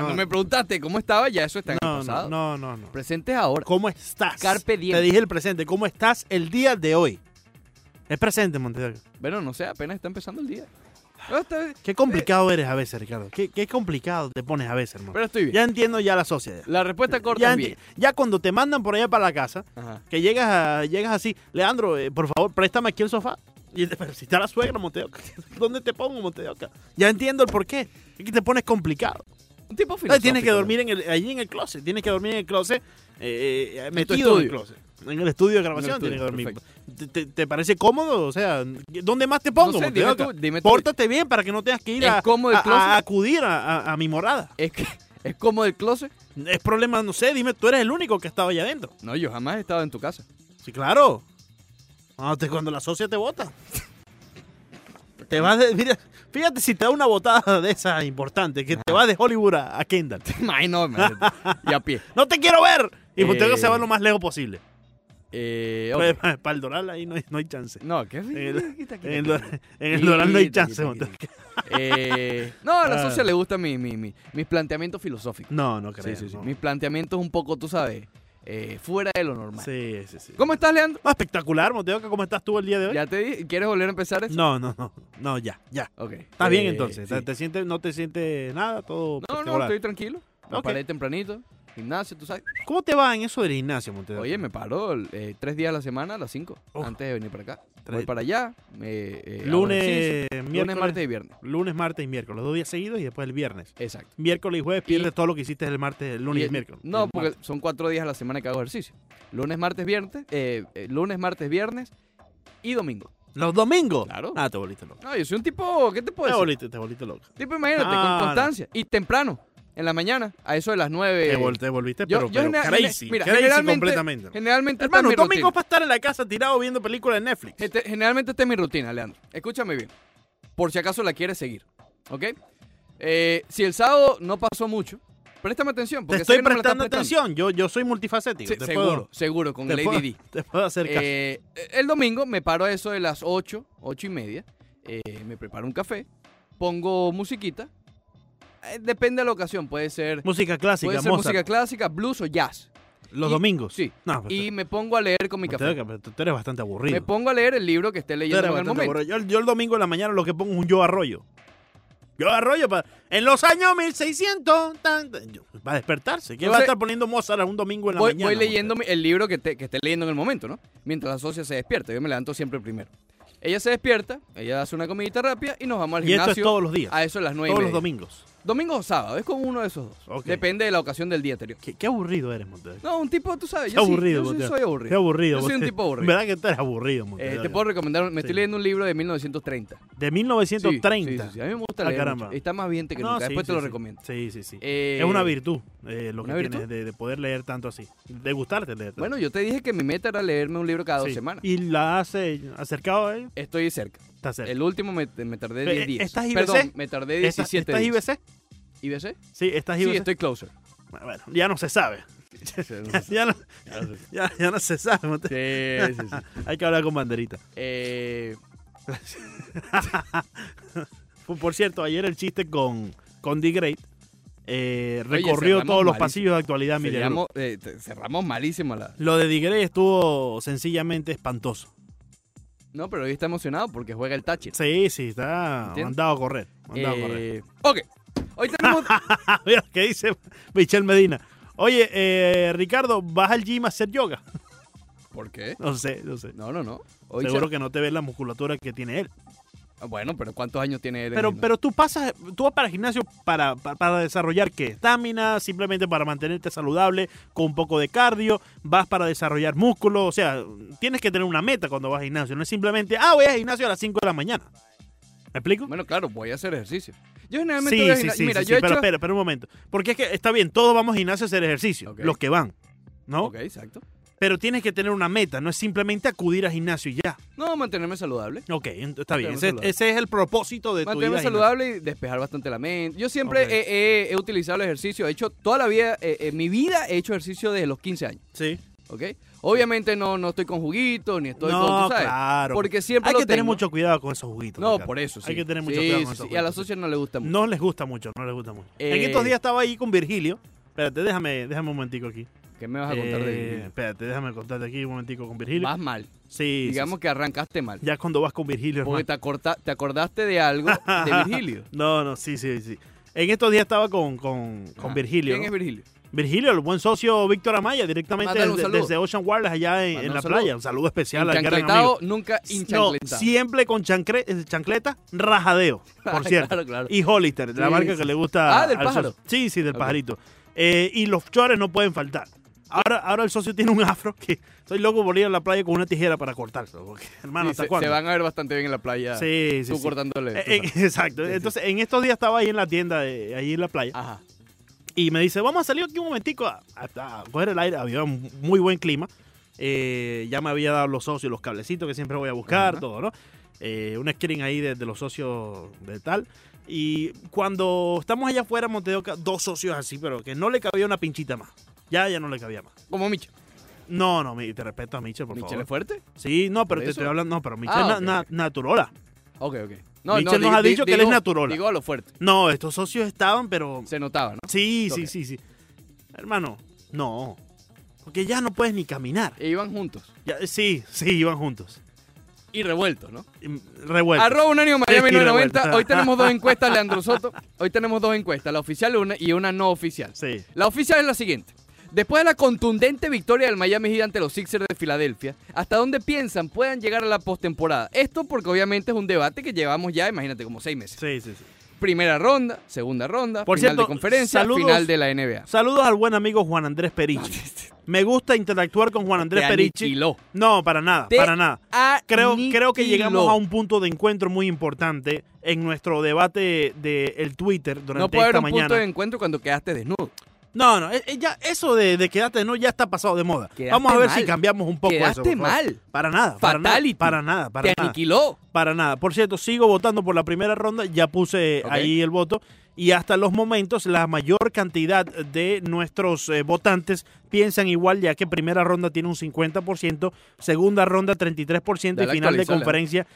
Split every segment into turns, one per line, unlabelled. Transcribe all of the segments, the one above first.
no.
No me preguntaste cómo estaba, ya eso está en el
No,
pasado.
no, no, no, no.
Presente es ahora.
¿Cómo estás?
Carpe diem.
Te dije el presente. ¿Cómo estás el día de hoy? Es presente, Montediorio.
Bueno, no sé, apenas está empezando el día. Pero, está-
Qué complicado eres a veces, Ricardo. Qué, qué complicado te pones a veces, hermano.
pero estoy bien.
Ya entiendo ya la sociedad.
La respuesta corta
Ya,
es
enti-
bien.
ya cuando te mandan por allá para la casa,
Ajá.
que llegas a- llegas así, Leandro, eh, por favor, préstame aquí el sofá. Y te- pero si está la suegra, Monteoca, ¿dónde te pongo, Monteoca? Ya entiendo el porqué. Es que te pones complicado.
Un tipo
Entonces,
filosófico.
tienes que
¿no?
dormir en el, allí en el closet. Tienes que dormir en el closet, eh, eh,
tu
metido en el
estudio.
closet. En el estudio de grabación
estudio,
tienes que dormir. ¿Te, te, te parece cómodo? O sea, ¿dónde más te
No
pongo,
sé, dime
Monteoca?
tú, dime tú.
Pórtate bien para que no tengas que ir
¿Es
a,
cómodo el
a- a
closet?
acudir a, a- a mi morada.
Es que es como el closet.
Es problema, no sé, dime, tú eres el único que ha estado allá adentro.
No, yo jamás he estado en tu casa.
Sí, claro. Ah, te- Cuando la socia te vota. Te vas de, mira, fíjate si te da una botada de esas importante, que te vas de Hollywood a, a Kendall.
Ay, no, imagínate. y a pie.
¡No te quiero ver! Y
Eh.
Monteoca se va lo más lejos posible.
Eh, ok.
Pues, para el Doral ahí no hay, no hay chance.
No, qué rico.
el-
quita, quita,
En el,
quita.
Dor- en el Doral no hay
Quita,
chance,
quita,
Monteoca.
quita. Eh, no, a la
Ah.
socia le gustan mi, mi- mi- mis planteamientos filosóficos.
No, no creo.
Sí, sí, sí.
no.
Mis planteamientos un poco, tú sabes, eh, fuera de lo normal.
Sí, sí, sí.
¿Cómo estás, Leandro?
Ah, espectacular, Monteoca. ¿Cómo estás tú el día de hoy?
Ya te dije, ¿quieres volver a empezar esto?
No, no, no. No, ya, ya.
Ok.
Estás bien
Eh,
entonces.
sí.
¿Te pues, sientes, no te sientes nada, todo
No, no,
espectacular?
estoy tranquilo. Me
Ok.
paré tempranito, gimnasio, tú sabes.
¿Cómo te va en eso del gimnasio, Monteoca?
Oye, me paro eh, tres días a la semana, a las cinco,
Uf.
antes de venir para acá. Voy
Tres-
para allá. eh, eh, hago ejercicio.
lunes,
lunes,
miércoles,
martes y viernes.
lunes, martes y miércoles, los dos días seguidos y después el viernes.
Exacto.
Miércoles y jueves pierdes todo lo que hiciste el martes, el lunes y,
Y-
el miércoles.
No,
El
porque
martes.
son cuatro días a la semana que hago ejercicio. Lunes, martes, viernes, eh, eh, lunes, martes, viernes y domingo.
los domingos.
Claro.
Ah, te volviste loco.
No, yo soy un tipo, ¿qué te puedo
Te
decir?
volviste, te volviste loco.
Tipo, imagínate,
Ah, no.
con constancia. Y temprano, en la mañana, a eso de las nueve.
te, vol- te volviste,
Eh, yo-
pero,
yo
pero
genera-
crazy,
mira,
crazy
generalmente-
completamente.
Generalmente, esta es
Hermano,
mi
un domingo
rutina.
es para estar en la casa tirado viendo películas de Netflix.
Este- generalmente esta es mi rutina, Leandro. Escúchame bien. Por si acaso la quieres seguir. ¿Ok? Eh, si el sábado no pasó mucho, préstame atención.
te
Porque sé
estoy
que no me la estás
prestando atención, yo, yo soy multifacético.
Sí,
te
seguro,
puedo,
seguro, con
te
el
puedo-
ADD.
te puedo hacer caso.
Eh, el domingo me paro a eso de las 8, 8 y media. eh, me preparo un café, pongo musiquita. eh, depende de la ocasión, puede ser,
música clásica,
puede ser
Mozart,
música clásica, blues o jazz.
los
y-
domingos.
Sí.
No, pues, pero-
Y me pongo a leer con mi
pero-
café.
pero tú tú eres bastante aburrido.
Me pongo a leer el libro que esté
Tú eres
leyendo en el
bastante
momento.
borracho. Yo, yo el domingo en la mañana lo que pongo es un yo arroyo. Yo arroyo para. En los años 1600. Tan, tan- yo- para despertarse. ¿Quién va a
Entonces,
estar poniendo Mozart a un domingo en la
Voy,
mañana?
voy leyendo mi- el libro que, te- que esté leyendo en el momento, ¿no? Mientras la socia se despierta. Yo me levanto siempre primero. Ella se despierta, ella hace una comidita rápida y nos vamos al
Y esto
gimnasio
es todos los días.
a eso de las 9
Todos los domingos.
Domingo o sábado, es como uno de esos dos.
Ok.
Depende de la ocasión del día anterior.
Qué, qué aburrido eres, Montevideo.
No, un tipo, tú sabes,
Qué
yo, sí-
aburrido,
yo sí,
Montevideo.
soy
Qué
aburrido.
aburrido.
Yo soy un
Montevideo.
tipo aburrido.
¿Verdad que tú eres aburrido,
Eh,
Montevideo?
te puedo recomendar, un- me estoy
Sí.
leyendo un libro de 1930.
De
Sí,
1930.
sí, sí, sí, A mí me gusta
Ah,
leer
caramba.
mucho. Está más vigente que
No,
nunca,
sí,
después te
sí,
lo
sí.
recomiendo.
Sí, sí, sí.
Eh,
es una virtud eh, lo que
¿una virtud?
tienes de, de poder leer tanto así. De gustarte leer. tanto.
Bueno, yo te dije que mi meta era leerme un libro cada dos
Sí.
semanas.
Y la has eh, acercado a él.
Estoy cerca.
Está cerca.
El último me, me tardé
Pero, eh,
10 días.
¿estás IBC?
Perdón, me tardé 17
¿Estás
días.
IBC?
¿IBC?
Sí, estás
Sí,
IBC.
estoy closer.
Bueno, ya no se sabe.
Sí, sí,
Ya no,
sí.
ya, ya no se sabe. Monte-
sí.
Hay que hablar con banderita.
Eh,
Por- Por cierto, ayer el chiste con, con The Great eh,
Oye,
recorrió
cerramos
todos los
malísimo.
pasillos de actualidad Media
cerramos,
Group.
eh, te- cerramos malísimo la...
Lo de The Great estuvo sencillamente espantoso.
No, pero hoy está emocionado porque juega el Táchira.
Sí, sí, está
¿Entiendes?
mandado a correr. Mandado a correr.
Eh, ok. Hoy tenemos.
Ah, mira qué dice Michelle Medina. Oye, eh, Ricardo, ¿vas al gym a hacer yoga?
¿Por qué?
No sé, no sé.
No, no, no. Hoy
Seguro que no te ves la musculatura que tiene él.
ya- Bueno, pero ¿cuántos años tiene él? en
Pero,
el-
pero tú pasas, tú vas para el gimnasio para, pa- para, desarrollar qué? Estamina, simplemente para mantenerte saludable, con un poco de cardio, vas para desarrollar músculo, o sea, tienes que tener una meta cuando vas al gimnasio, no es simplemente, ah, voy al gimnasio a las 5 de la mañana. ¿Me explico?
Bueno, claro, voy a hacer ejercicio. Yo generalmente.
Sí,
voy a
sí,
gimna-
sí,
Mira,
sí, sí,
yo he
pero
hecho.
espera, espera un momento. Porque es que está bien, todos vamos al gimnasio a hacer ejercicio,
Ok.
los que van, ¿no?
Ok, exacto.
Pero tienes que tener una meta, no es simplemente acudir al gimnasio y ya.
No, mantenerme saludable.
Ok, ent- está bien,
Mantenerme
ese,
saludable.
ese es el propósito de tu vida.
Mantenerme
al gimnasio.
saludable y despejar bastante la mente. Yo siempre
Ok.
he, he- he utilizado el ejercicio. He hecho toda la vida, eh, en mi vida he hecho ejercicio desde los 15 años.
Sí,
¿ok? Obviamente no, no estoy con juguito, ni estoy con,
No,
tú sabes.
claro.
Porque siempre
Hay
lo
que tener
tengo.
mucho cuidado con esos juguitos.
No,
Ricardo.
por eso, sí.
Hay que tener mucho
Sí,
cuidado
sí,
con esos
sí, Y a la
juguitos.
sociedad no le gusta mucho.
No les gusta mucho, no les gusta mucho. En
Eh,
estos días estaba ahí con Virgilio. Espérate, déjame, déjame un momentico aquí.
¿Qué me vas a contar de
Eh,
Virgilio?
Espérate, déjame contarte aquí un momentico con Virgilio.
Vas mal.
Sí, sí,
Digamos que arrancaste mal.
sí. Ya cuando vas con Virgilio,
Porque
hermano.
te, acorta- te acordaste de algo de Virgilio.
No, no, sí, sí, sí. En estos días estaba con, con, con
Ajá.
Virgilio.
¿Quién
¿no?
es Virgilio?
Virgilio, el buen socio Víctor Amaya, directamente
Mándale un
desde,
saludo.
desde Ocean Wireless allá en,
Mándale
en
un
la
saludo.
playa. Un saludo especial al gran amigo.
Enchancletado, nunca
No,
hinchancletado.
siempre con chancre- eh, chancleta, rajadeo, por cierto.
claro, claro.
Y Hollister, de la
Sí,
marca
sí.
que le gusta.
Ah, del
al
pájaro.
socio. Sí, sí, del
Ok.
pajarito. Eh, y los chores no pueden faltar. Ahora, ahora el socio tiene un afro que soy loco por ir a la playa con una tijera para cortarlo. Porque, hermano,
Sí,
¿hasta
se,
cuándo?
se van a ver bastante bien en la playa.
sí, sí,
tú
sí.
cortándole. tú
Eh, eh,
sabes.
exacto.
Sí, sí.
Entonces, en estos días estaba ahí en la tienda, de, ahí en la playa,
Ajá.
y me dice, vamos a salir aquí un momentico a, a- a coger el aire. Había un muy buen clima. Eh, ya me había dado los socios, los cablecitos que siempre voy a buscar,
Ajá.
todo, ¿no? Eh, un screen ahí de, de los socios de tal. Y cuando estamos allá afuera en Montedoca, dos socios así, pero que no le cabía una pinchita más. Ya, ya no le cabía más.
Como Michel.
No, no, mi- te respeto a Michel, por
¿Michel es
favor.
fuerte?
Sí, no,
¿Por
pero te
eso?
estoy hablando, no, pero Michel
Ah,
na-
ok,
na-
ok.
naturola.
Ok, ok.
Michel nos
di-
ha
di-
dicho que él
digo-
es natural.
Digo a lo fuerte.
No, estos socios estaban, pero
Se notaba, ¿no?
Sí,
Ok.
sí, sí, sí. Hermano, no. Porque ya no puedes ni caminar.
E iban juntos.
Ya- sí, sí, iban juntos.
Y revueltos, ¿no?
Em, Revuelto.
Arroba Unánimo Miami
Y
990.
revueltos.
Hoy tenemos dos encuestas, Leandro Soto. Hoy tenemos dos encuestas, la oficial una y una no oficial.
Sí.
La oficial es la siguiente. Después de la contundente victoria del Miami Heat ante los Sixers de Filadelfia, ¿hasta dónde piensan puedan llegar a la postemporada? Esto porque obviamente es un debate que llevamos ya, imagínate, como seis meses.
Sí, sí, sí.
Primera ronda, segunda ronda,
Por
final de
cierto,
conferencia,
saludos-
final de la NBA.
Saludos al buen amigo Juan Andrés Perichi. Me gusta interactuar con Juan Andrés
Te
Perichi.
aniquiló.
No, para nada,
Te
para nada. Creo, creo que
Aniquiló.
llegamos a un punto de encuentro muy importante en nuestro debate del Twitter durante
No puede haber
esta
un punto
mañana.
de encuentro cuando quedaste desnudo.
No, no, eh, eh, ya, eso de, de quedarte no ya está pasado de moda.
Quedaste
Vamos a ver
mal.
si cambiamos un poco eso.
Quedaste
por favor.
mal.
Para nada, para nada,
Fatality.
para nada, para
Te
nada.
aniquiló.
Para nada. Por cierto, sigo votando por la primera ronda. Ya puse
Ok.
ahí el voto. Y hasta los momentos, la mayor cantidad de nuestros eh, votantes piensan igual, ya que primera ronda tiene un 50%, segunda ronda 33%
Dale,
y final de
actualízala.
conferencia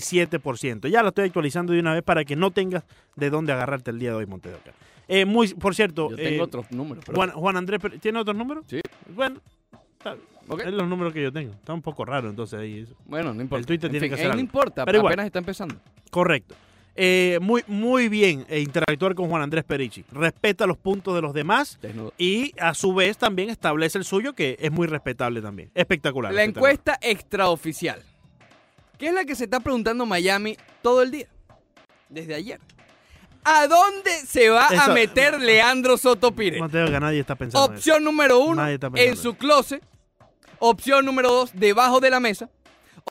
17%. Ya la estoy actualizando de una vez para que no tengas de dónde agarrarte el día de hoy, Montedoca. Eh, muy, por cierto,
Yo tengo
eh,
otros números. pero-
Juan, Juan Andrés, Pérez, ¿tiene otros números?
Sí.
Bueno, está-
Ok.
es los números que yo tengo. Está un poco raro entonces ahí eso.
Bueno, no importa.
El Twitter
En
tiene
fin,
que hacer
ahí No
algo.
importa,
Pero igual.
apenas está empezando.
Correcto. Eh, muy, muy bien eh, interactuar con Juan Andrés Perichi. Respeta los puntos de los demás
Desnudo.
y a su vez también establece el suyo, que es muy respetable también. Espectacular.
La
espectacular.
encuesta extraoficial. Que es la que se está preguntando Miami todo el día. Desde ayer. ¿A dónde se va a
Eso-
meter Leandro Soto Pires?
Mateo, que nadie está pensando. en eso.
Opción número uno,
Nadie está pensando
en
en
su closet. Opción número dos, debajo de la mesa.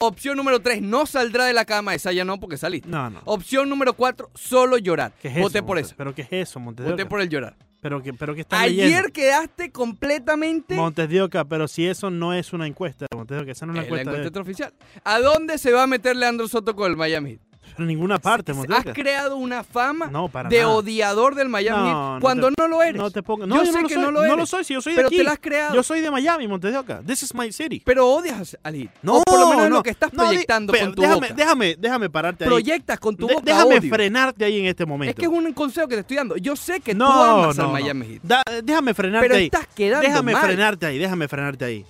Opción número tres, no saldrá de la cama. Esa ya no, porque saliste.
No, no.
Opción número cuatro, solo llorar.
¿Qué es eso,
Voté por
Montes?
eso.
¿Pero qué es eso, Montes de
Voté
Oca?
por el llorar.
¿Pero qué, pero qué estás
Ayer
leyendo?
quedaste completamente
Montes de Oca, pero si eso no es una encuesta, Montes de Oca, esa no es
en Eh,
una
la
encuesta,
encuesta
de,
extraoficial. ¿A dónde se va a meter Leandro Soto con el Miami Heat?
pero en ninguna parte, Montes de
Has
Oca.
creado una fama
No, para
de
nada.
odiador del Miami
No,
Heat
no
cuando
te-
no lo eres.
No te pongas.
Yo
No, yo,
sé
no lo
que
soy.
no
No
lo eres.
lo soy, si yo soy de
pero
aquí.
te la has creado.
Yo soy de Miami, Montes de Oca. This is my city.
Pero odias al Heat.
No,
o por lo menos
no,
lo que estás
no, di-
proyectando
pero
con tu
déjame,
boca.
Déjame, déjame pararte ahí.
Proyectas con tu
De-
boca
déjame
odio.
frenarte ahí en este momento.
Es que es un consejo que te estoy dando. Yo sé que
no,
tú amas
no,
al
no.
Miami Heat.
Da- déjame frenarte
Pero
ahí.
estás quedando
Déjame
mal.
frenarte ahí, déjame frenarte ahí.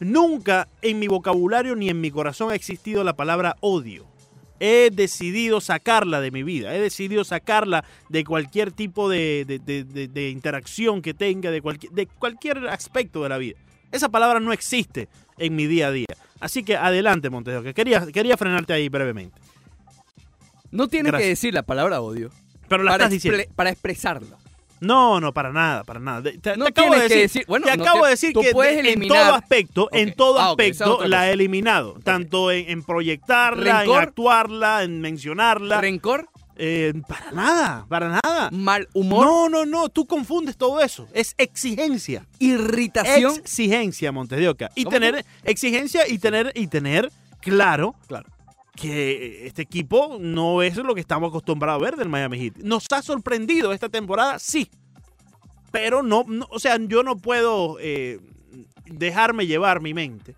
Nunca en mi vocabulario ni en mi corazón ha existido la palabra odio. He decidido sacarla de mi vida, he decidido sacarla de cualquier tipo de, de- de- de- de interacción que tenga, de, cualquier- de cualquier aspecto de la vida. Esa palabra no existe en mi día a día. Así que adelante, Montes, que quería, quería frenarte ahí brevemente.
No tienes que
Gracias.
decir la palabra odio
Pero la
para,
estás diciendo.
expre- para expresarla.
No, no, para nada, para nada. Te, te
No
acabo de
tienes que
decir,
decir- bueno,
te
no
acabo
te-
de decir
tú
que
puedes
de- en
eliminar.
todo aspecto,
Ok.
en todo
Ah, ok, esa es
aspecto
otra cosa.
la he eliminado. Tanto en, en proyectarla,
Rencor.
en actuarla, en mencionarla.
Rencor,
Eh, para nada, para nada.
mal humor,
No, no, no, tú confundes todo eso. Es exigencia.
irritación.
Exigencia, Montes de Oca. Y
¿Cómo?
tener exigencia y tener, y tener claro
Claro.
que este equipo no es lo que estamos acostumbrados a ver del Miami Heat. Nos ha sorprendido esta temporada, sí. Pero no, no- o sea, yo no puedo eh, dejarme llevar mi mente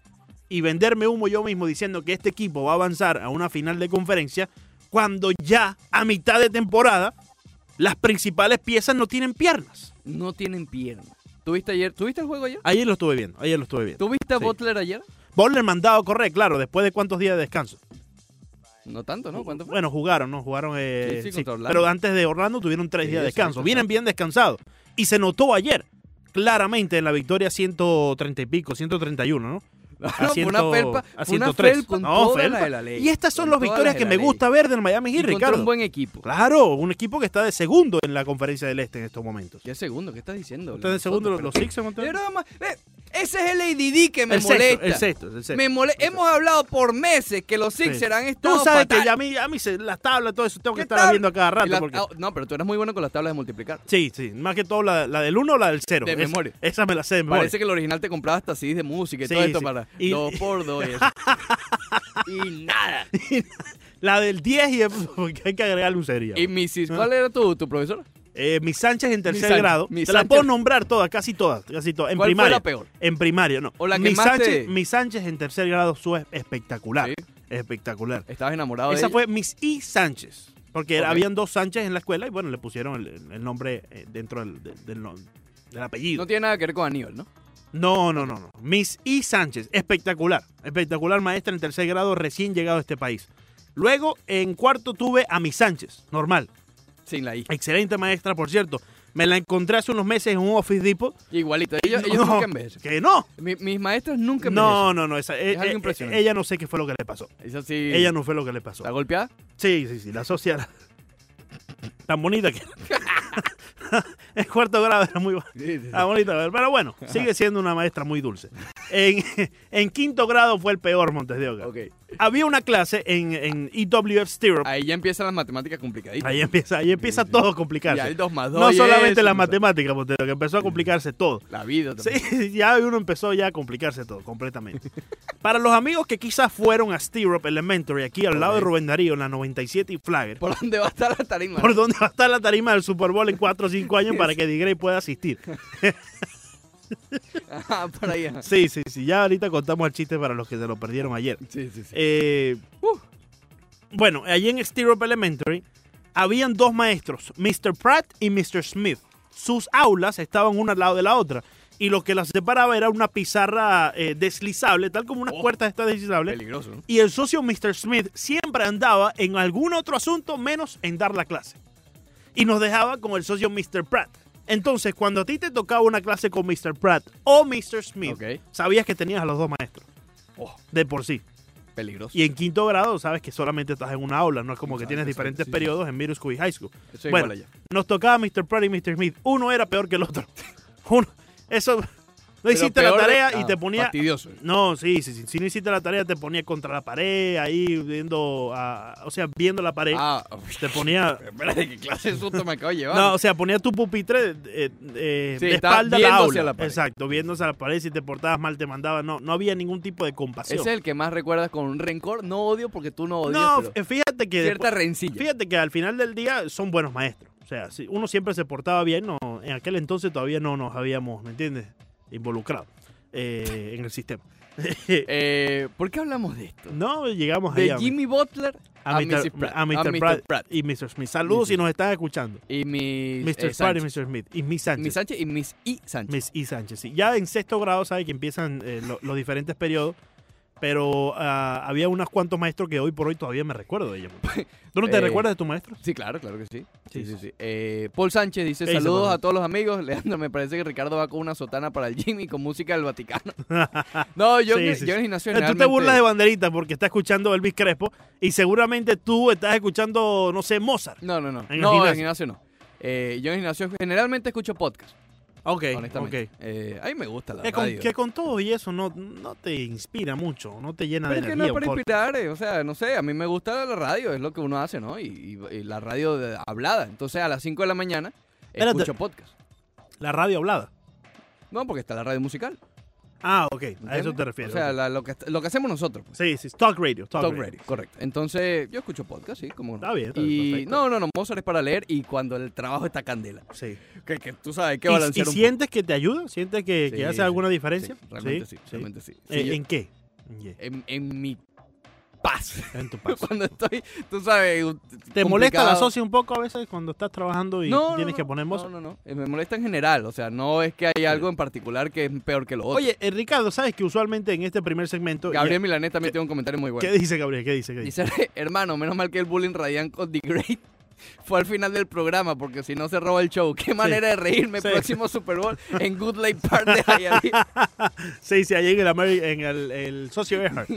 y venderme humo yo mismo diciendo que este equipo va a avanzar a una final de conferencia cuando ya a mitad de temporada las principales piezas no tienen piernas.
No tienen piernas. ¿Tuviste ayer? ¿Tuviste el juego ayer?
Ayer lo estuve viendo, ayer lo estuve viendo.
¿Tuviste a
Sí.
Butler ayer?
Butler mandado a correr, claro, después de cuántos días de descanso.
No tanto, ¿no? ¿Cuánto fue?
Bueno, jugaron, ¿no? Jugaron. eh,
Sí, sí,
sí,
contra Orlando.
Pero antes de Orlando tuvieron tres
Sí,
días de
exacto,
descanso. Vienen bien descansados. Y se notó ayer, claramente, en la victoria 130 y pico, 131, ¿no?
No,
a
fue una
100,
felpa,
a
fue una
103.
felpa con
No,
toda
felpa.
la de la ley.
Y estas
Con
son las
toda la
victorias
de
que
la
me
ley.
gusta ver del Miami
Y
Heat,
contra
Ricardo.
un buen equipo.
Claro, un equipo que está de segundo en la conferencia del Este en estos momentos.
¿Qué segundo? ¿Qué estás diciendo?
¿Ustedes de segundo los, los Sixers? Montero?
De verdad, ma- eh, ese es el ADD que me
el
molesta.
sexto, el sexto, el sexto.
Me mole- Hemos hablado por meses que los Sixers han estado
Tú sabes
fatal.
que ya a mí, a mí se- las tablas, todo eso, tengo que
¿Qué
estar
tabla?
viendo a cada rato.
Y la-
porque...
ah, No, pero tú eras muy bueno con las tablas de multiplicar.
Sí, sí, más que todo la, la del 1 o la del 0.
De memoria.
Esa me la sé de memoria.
Parece que el original te compraba hasta CDs de música y
Sí,
todo esto
sí.
para
Y-
dos por dos y eso. y nada.
La del 10 y el- porque hay que agregarle un sería.
¿Y Mrs. cuál era tu, tu profesor?
Eh, mis Sánchez en tercer
Sánchez,
grado.
mis
Te la
Sánchez.
puedo nombrar todas, casi todas, casi todas. En
¿Cuál
primaria.
fue la peor?
En primaria, no.
O la que
mis,
más te-
Sánchez, mis Sánchez en tercer grado fue espectacular.
Sí.
Espectacular.
Estabas enamorado de
Esa
ella?
fue Miss I Sánchez. Porque era-
Ok.
habían dos Sánchez en la escuela y bueno, le pusieron el, el nombre eh, dentro del, del- del nom- del apellido.
No tiene nada que ver con Aníbal, ¿no?
No, no, no, no. Miss I. Sánchez, espectacular. Espectacular maestra en tercer grado, recién llegado a este país. Luego, en cuarto tuve a Miss Sánchez, normal.
Sin la I.
Excelente maestra, por cierto. Me la encontré hace unos meses en un Office Depot.
Igualito. Ellos, ellos
No,
nunca envejecen.
Que no.
Mi- mis maestros nunca
No, no, no. esa- eh,
algo
eh,
impresionante.
ella no sé qué fue lo que le pasó.
envejecen. Esa sí.
Ella no fue lo que le pasó.
¿Está golpeada?
Sí, sí, sí, la social. Tan bonita que era. En cuarto grado era muy bu-
Sí, sí, sí.
tan bonita, pero bueno, sigue siendo una maestra muy dulce. En, en quinto grado fue el peor Montes de Oca.
Ok.
Había una clase en, en E EWF Stereo.
Ahí ya empiezan las matemáticas complicaditas.
Ahí empieza, ahí empieza todo a complicarse.
Ya el 2 más 2.
no solamente la matemática, Montes de Oca, empezó a complicarse todo.
La vida también.
Sí, ya uno empezó ya a complicarse todo, completamente. Para los amigos que quizás fueron a Stirrup Elementary, aquí al lado de
Ok.
Rubén Darío, en la 97 y Flagger,
¿Por dónde va a estar la tarima?
por dónde va a estar la tarima del Super Bowl en 4 o 5 años para que D-Gray pueda asistir.
Ajá, Ah, por ahí. ajá.
Sí, sí, sí. Ya ahorita contamos el chiste para los que se lo perdieron ayer.
Sí, sí, sí.
Eh,
Uh.
Bueno, allí en Stirrup Elementary habían dos maestros, Mr. Pratt y Mr. Smith. Sus aulas estaban una al lado de la otra. Y lo que las separaba era una pizarra eh, deslizable, tal como unas
Oh.
puertas está deslizable.
Peligroso, ¿no?
Y el socio Mr. Smith siempre andaba en algún otro asunto menos en dar la clase. Y nos dejaba con el socio Mr. Pratt. Entonces, cuando a ti te tocaba una clase con Mr. Pratt o Mr. Smith,
Ok.
sabías que tenías a los dos maestros,
Oh,
de por sí.
peligroso.
Y en quinto grado sabes que solamente estás en una aula, no es como que
Exacto,
tienes
exacto,
diferentes
sí, sí.
periodos en middle school y high school.
Eso es
bueno.
igual allá.
Nos tocaba Mr. Pratt y Mr. Smith. Uno era peor que el otro. Uno, eso, no
Pero
hiciste
peor-
la tarea y
ah,
te ponía
Fastidioso.
no, sí, sí, sí. Si no hiciste la tarea, te ponía contra la pared, ahí viendo, a- o sea, viendo la pared.
Ah, uy,
Te ponía.
espérate, ¿qué clase de susto me acabo de llevar?
No, o sea, ponía tu pupitre eh, eh,
Sí,
de
estaba
espalda a la
viendo
aula.
hacia la pared.
Exacto, viéndose a la pared. Si te portabas mal, te mandaba. No, no había ningún tipo de
Ese
compasión.
es el que más recuerdas con rencor. No odio porque tú no odias,
no,
pero
eh, fíjate que.
cierta
después-
rencilla.
fíjate que al final del día son buenos maestros. O sea, si uno siempre se portaba bien. No, en aquel entonces todavía no nos habíamos, ¿me entiendes? Involucrado eh, en el sistema.
Eh, ¿Por qué hablamos de esto?
no llegamos
De
allá. mi-
Jimmy Butler
a,
a
Mr.
Mrs. Pratt.
a Mr.
A Mr.
Pratt
Pratt.
y Mr. Smith. Saludos si
Mrs.
nos están escuchando.
y mis,
Mr.
eh,
Pratt y
Sánchez.
Mr. Smith. Y Miss
Mis
Sánchez.
Sánchez y mis I Sánchez.
Miss y Sánchez. sí. Ya en sexto grado sabe que empiezan eh, lo- los diferentes periodos. Pero ah, había unos cuantos maestros que hoy por hoy todavía me recuerdo de ellos. ¿Tú no te
Eh,
recuerdas de tu maestro?
Sí, claro, claro que sí. Sí,
Sí,
sí, sí. Eh, Paul Sánchez dice:
¿Qué dice
Saludos
Paul?
a todos los amigos. Leandro, me parece que Ricardo va con una sotana para el Jimmy con música del Vaticano. No, yo,
Sí,
en-
sí,
yo en
sí.
el gimnasio.
Eh, Tú te
generalmente-
burlas de Banderita porque está escuchando Elvis Crespo y seguramente tú estás escuchando, no sé, Mozart.
No, no, no.
el
no, en el
gimnasio.
gimnasio no. Eh, yo en el gimnasio generalmente escucho podcast,
Ok,
honestamente. Eh, a mí me gusta la
Que con,
radio.
que con todo y eso no, no te inspira mucho, no te llena
Pero es
de
que no
energía.
es para
un podcast.
inspirar, eh, o sea, no sé, a mí me gusta la radio, es lo que uno hace, ¿no? Y, y- y la radio de- hablada. Entonces a las 5 de la mañana
Espérate.
escucho podcast.
La radio hablada.
No, porque está la radio musical.
Ah, ok. A
¿entiendes?
eso te refieres.
O sea,
ok.
la- lo, que, lo que hacemos nosotros. pues.
sí, sí. Talk radio. Talk,
Talk
radio.
radio, correcto. Entonces, yo escucho podcast, sí, como no.
Está bien, está bien,
y
perfecto.
no, no, no, Mozart es para leer y cuando el trabajo está candela.
Sí.
Que, que tú sabes, hay que
¿Y- ¿Y,
balancear un
sientes que te ayuda? ¿Sientes que,
poco.
que
Sí,
hace
sí,
alguna
sí,
diferencia?
Sí, realmente sí, realmente sí. Sí,
Eh,
yo-
¿En qué? Yeah,
en, en mi paz.
en tu paso.
cuando estoy, tú sabes, un-
¿Te molesta la
complicado.
socia un poco a veces cuando estás trabajando y
No, no,
tienes
no,
que poner voz?
No, no, no. Eh, Me molesta en general. O sea, no es que hay algo en particular que es peor que lo otro.
Oye, eh, Ricardo, ¿sabes que usualmente en este primer segmento...
Gabriel Milanet también tiene un comentario muy
¿Qué
bueno.
dice Gabriel? ¿Qué dice? ¿Qué dice?
Dice, hermano, menos mal que el bullying radian con The Great fue al final del programa, porque si no se roba el show. Qué manera de reírme.
Sí.
Próximo Super Bowl en Good Lake Park de Hialeah.
Sí, sí, ahí en el, Ameri- en el, el socio Earhart.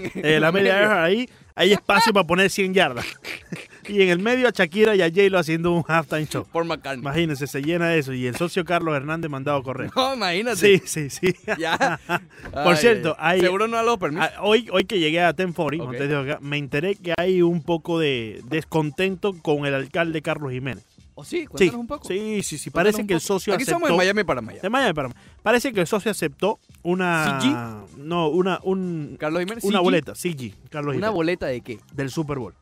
El Amelia Earhart, ahí hay espacio para poner 100 yardas. Y en el medio a Shakira y a J-Lo haciendo un halftime show.
Por McCartney.
Imagínense, se llena eso. Y el socio Carlos Hernández mandado a correr.
No, imagínate.
Sí, sí, sí.
Ya.
Por cierto, hay-
Seguro no lo permite.
Ah, Hoy, hoy que llegué a 1040,
Ok.
Montes de Oca, me enteré que hay un poco de descontento con el alcalde Carlos Jiménez.
¿O sí? Cuéntanos
Sí,
un poco.
sí, sí, sí.
Cuéntanos
Parece
un
que el
poco.
socio
Aquí
aceptó...
somos de Miami para Miami.
de Miami, Panamá. Parece que el socio aceptó una... No, una, un-
Carlos Jiménez.
una
CG.
boleta, CG, Carlos
¿Una
Jiménez,
boleta Oh. de qué?
del Super Bowl.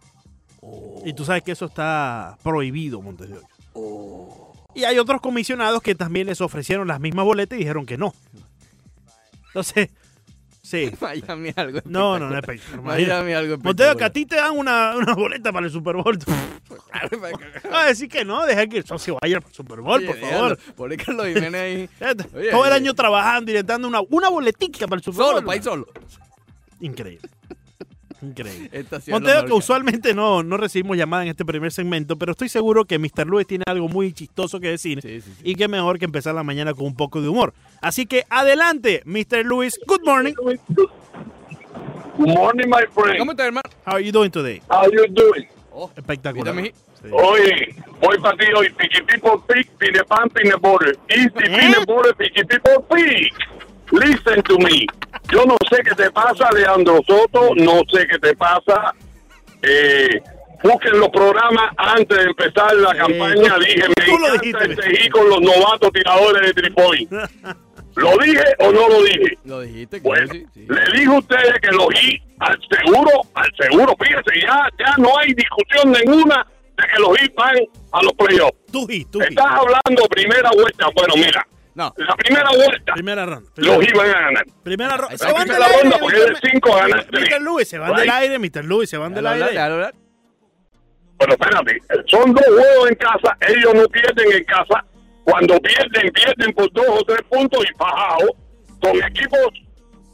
Y tú sabes que eso está prohibido, Montes de Oca.
Oh.
Y hay otros comisionados que también les ofrecieron las mismas boletas y dijeron que no. Entonces, sí.
Miami algo.
No, no, no es
espectacular.
pecho.
Miami algo.
Monteo, que a
espectacular.
ti te dan una, una boleta para el Super Bowl. Tú vas a decir que no, deja que el socio vaya al Super Bowl,
Oye,
por favor.
déjalo, Poné Carlos Jiménez ahí.
Este,
Oye,
Todo el
eh.
año trabajando y le dando una, una boletica para el Super
Solo,
Bowl.
país solo.
Increíble. Increíble.
Esta sí es la
Monteo, Pues que
marca.
usualmente no, no recibimos llamada en este primer segmento, pero estoy seguro que Mr. Luis tiene algo muy chistoso que decir.
Sí, sí, sí.
Y qué mejor que empezar la mañana con un poco de humor. Así que adelante, Mr. Luis. Good morning.
Good morning, my friend.
¿Cómo estás, hermano?
How are you doing today?
How you doing?
Oh,
Espectacular.
Mira,
Sí.
Oye, voy para ti hoy. Piqui People Pig, Pine Pan, Pine Butter. Easy
¿Eh?
Pine Butter, Piqui People Pig. Listen to me. Yo no sé qué te pasa, Leandro Soto. No sé qué te pasa. Eh, busquen los programas antes de empezar la campaña. Dije, me
tú lo
encanta
dijiste.
el tejí con los novatos tiradores de Tripoy. ¿Lo dije o no lo dije?
Lo dijiste, claro,
Bueno,
sí, sí.
le digo a ustedes que lo I al seguro, al seguro, fíjense, ya, ya no hay discusión ninguna de que los I van a los playoffs.
Tú y tú. y.
Estás hablando primera vuelta, bueno, mira,
No.
la primera vuelta
Primera ronda.
los I van a ganar.
Primera ronda.
Ahí
Se
está.
van del
Primera ronda,
aire.
porque es de
Mr.
cinco, ganas tres.
Mr. Lewis, se van
Right.
del aire, Mr. Lewis, se van del
Déjalo hablar,
aire.
déjalo hablar.
Bueno, espérate, son dos juegos en casa, ellos no pierden en casa. Cuando pierden, pierden por dos o tres puntos y bajado con equipos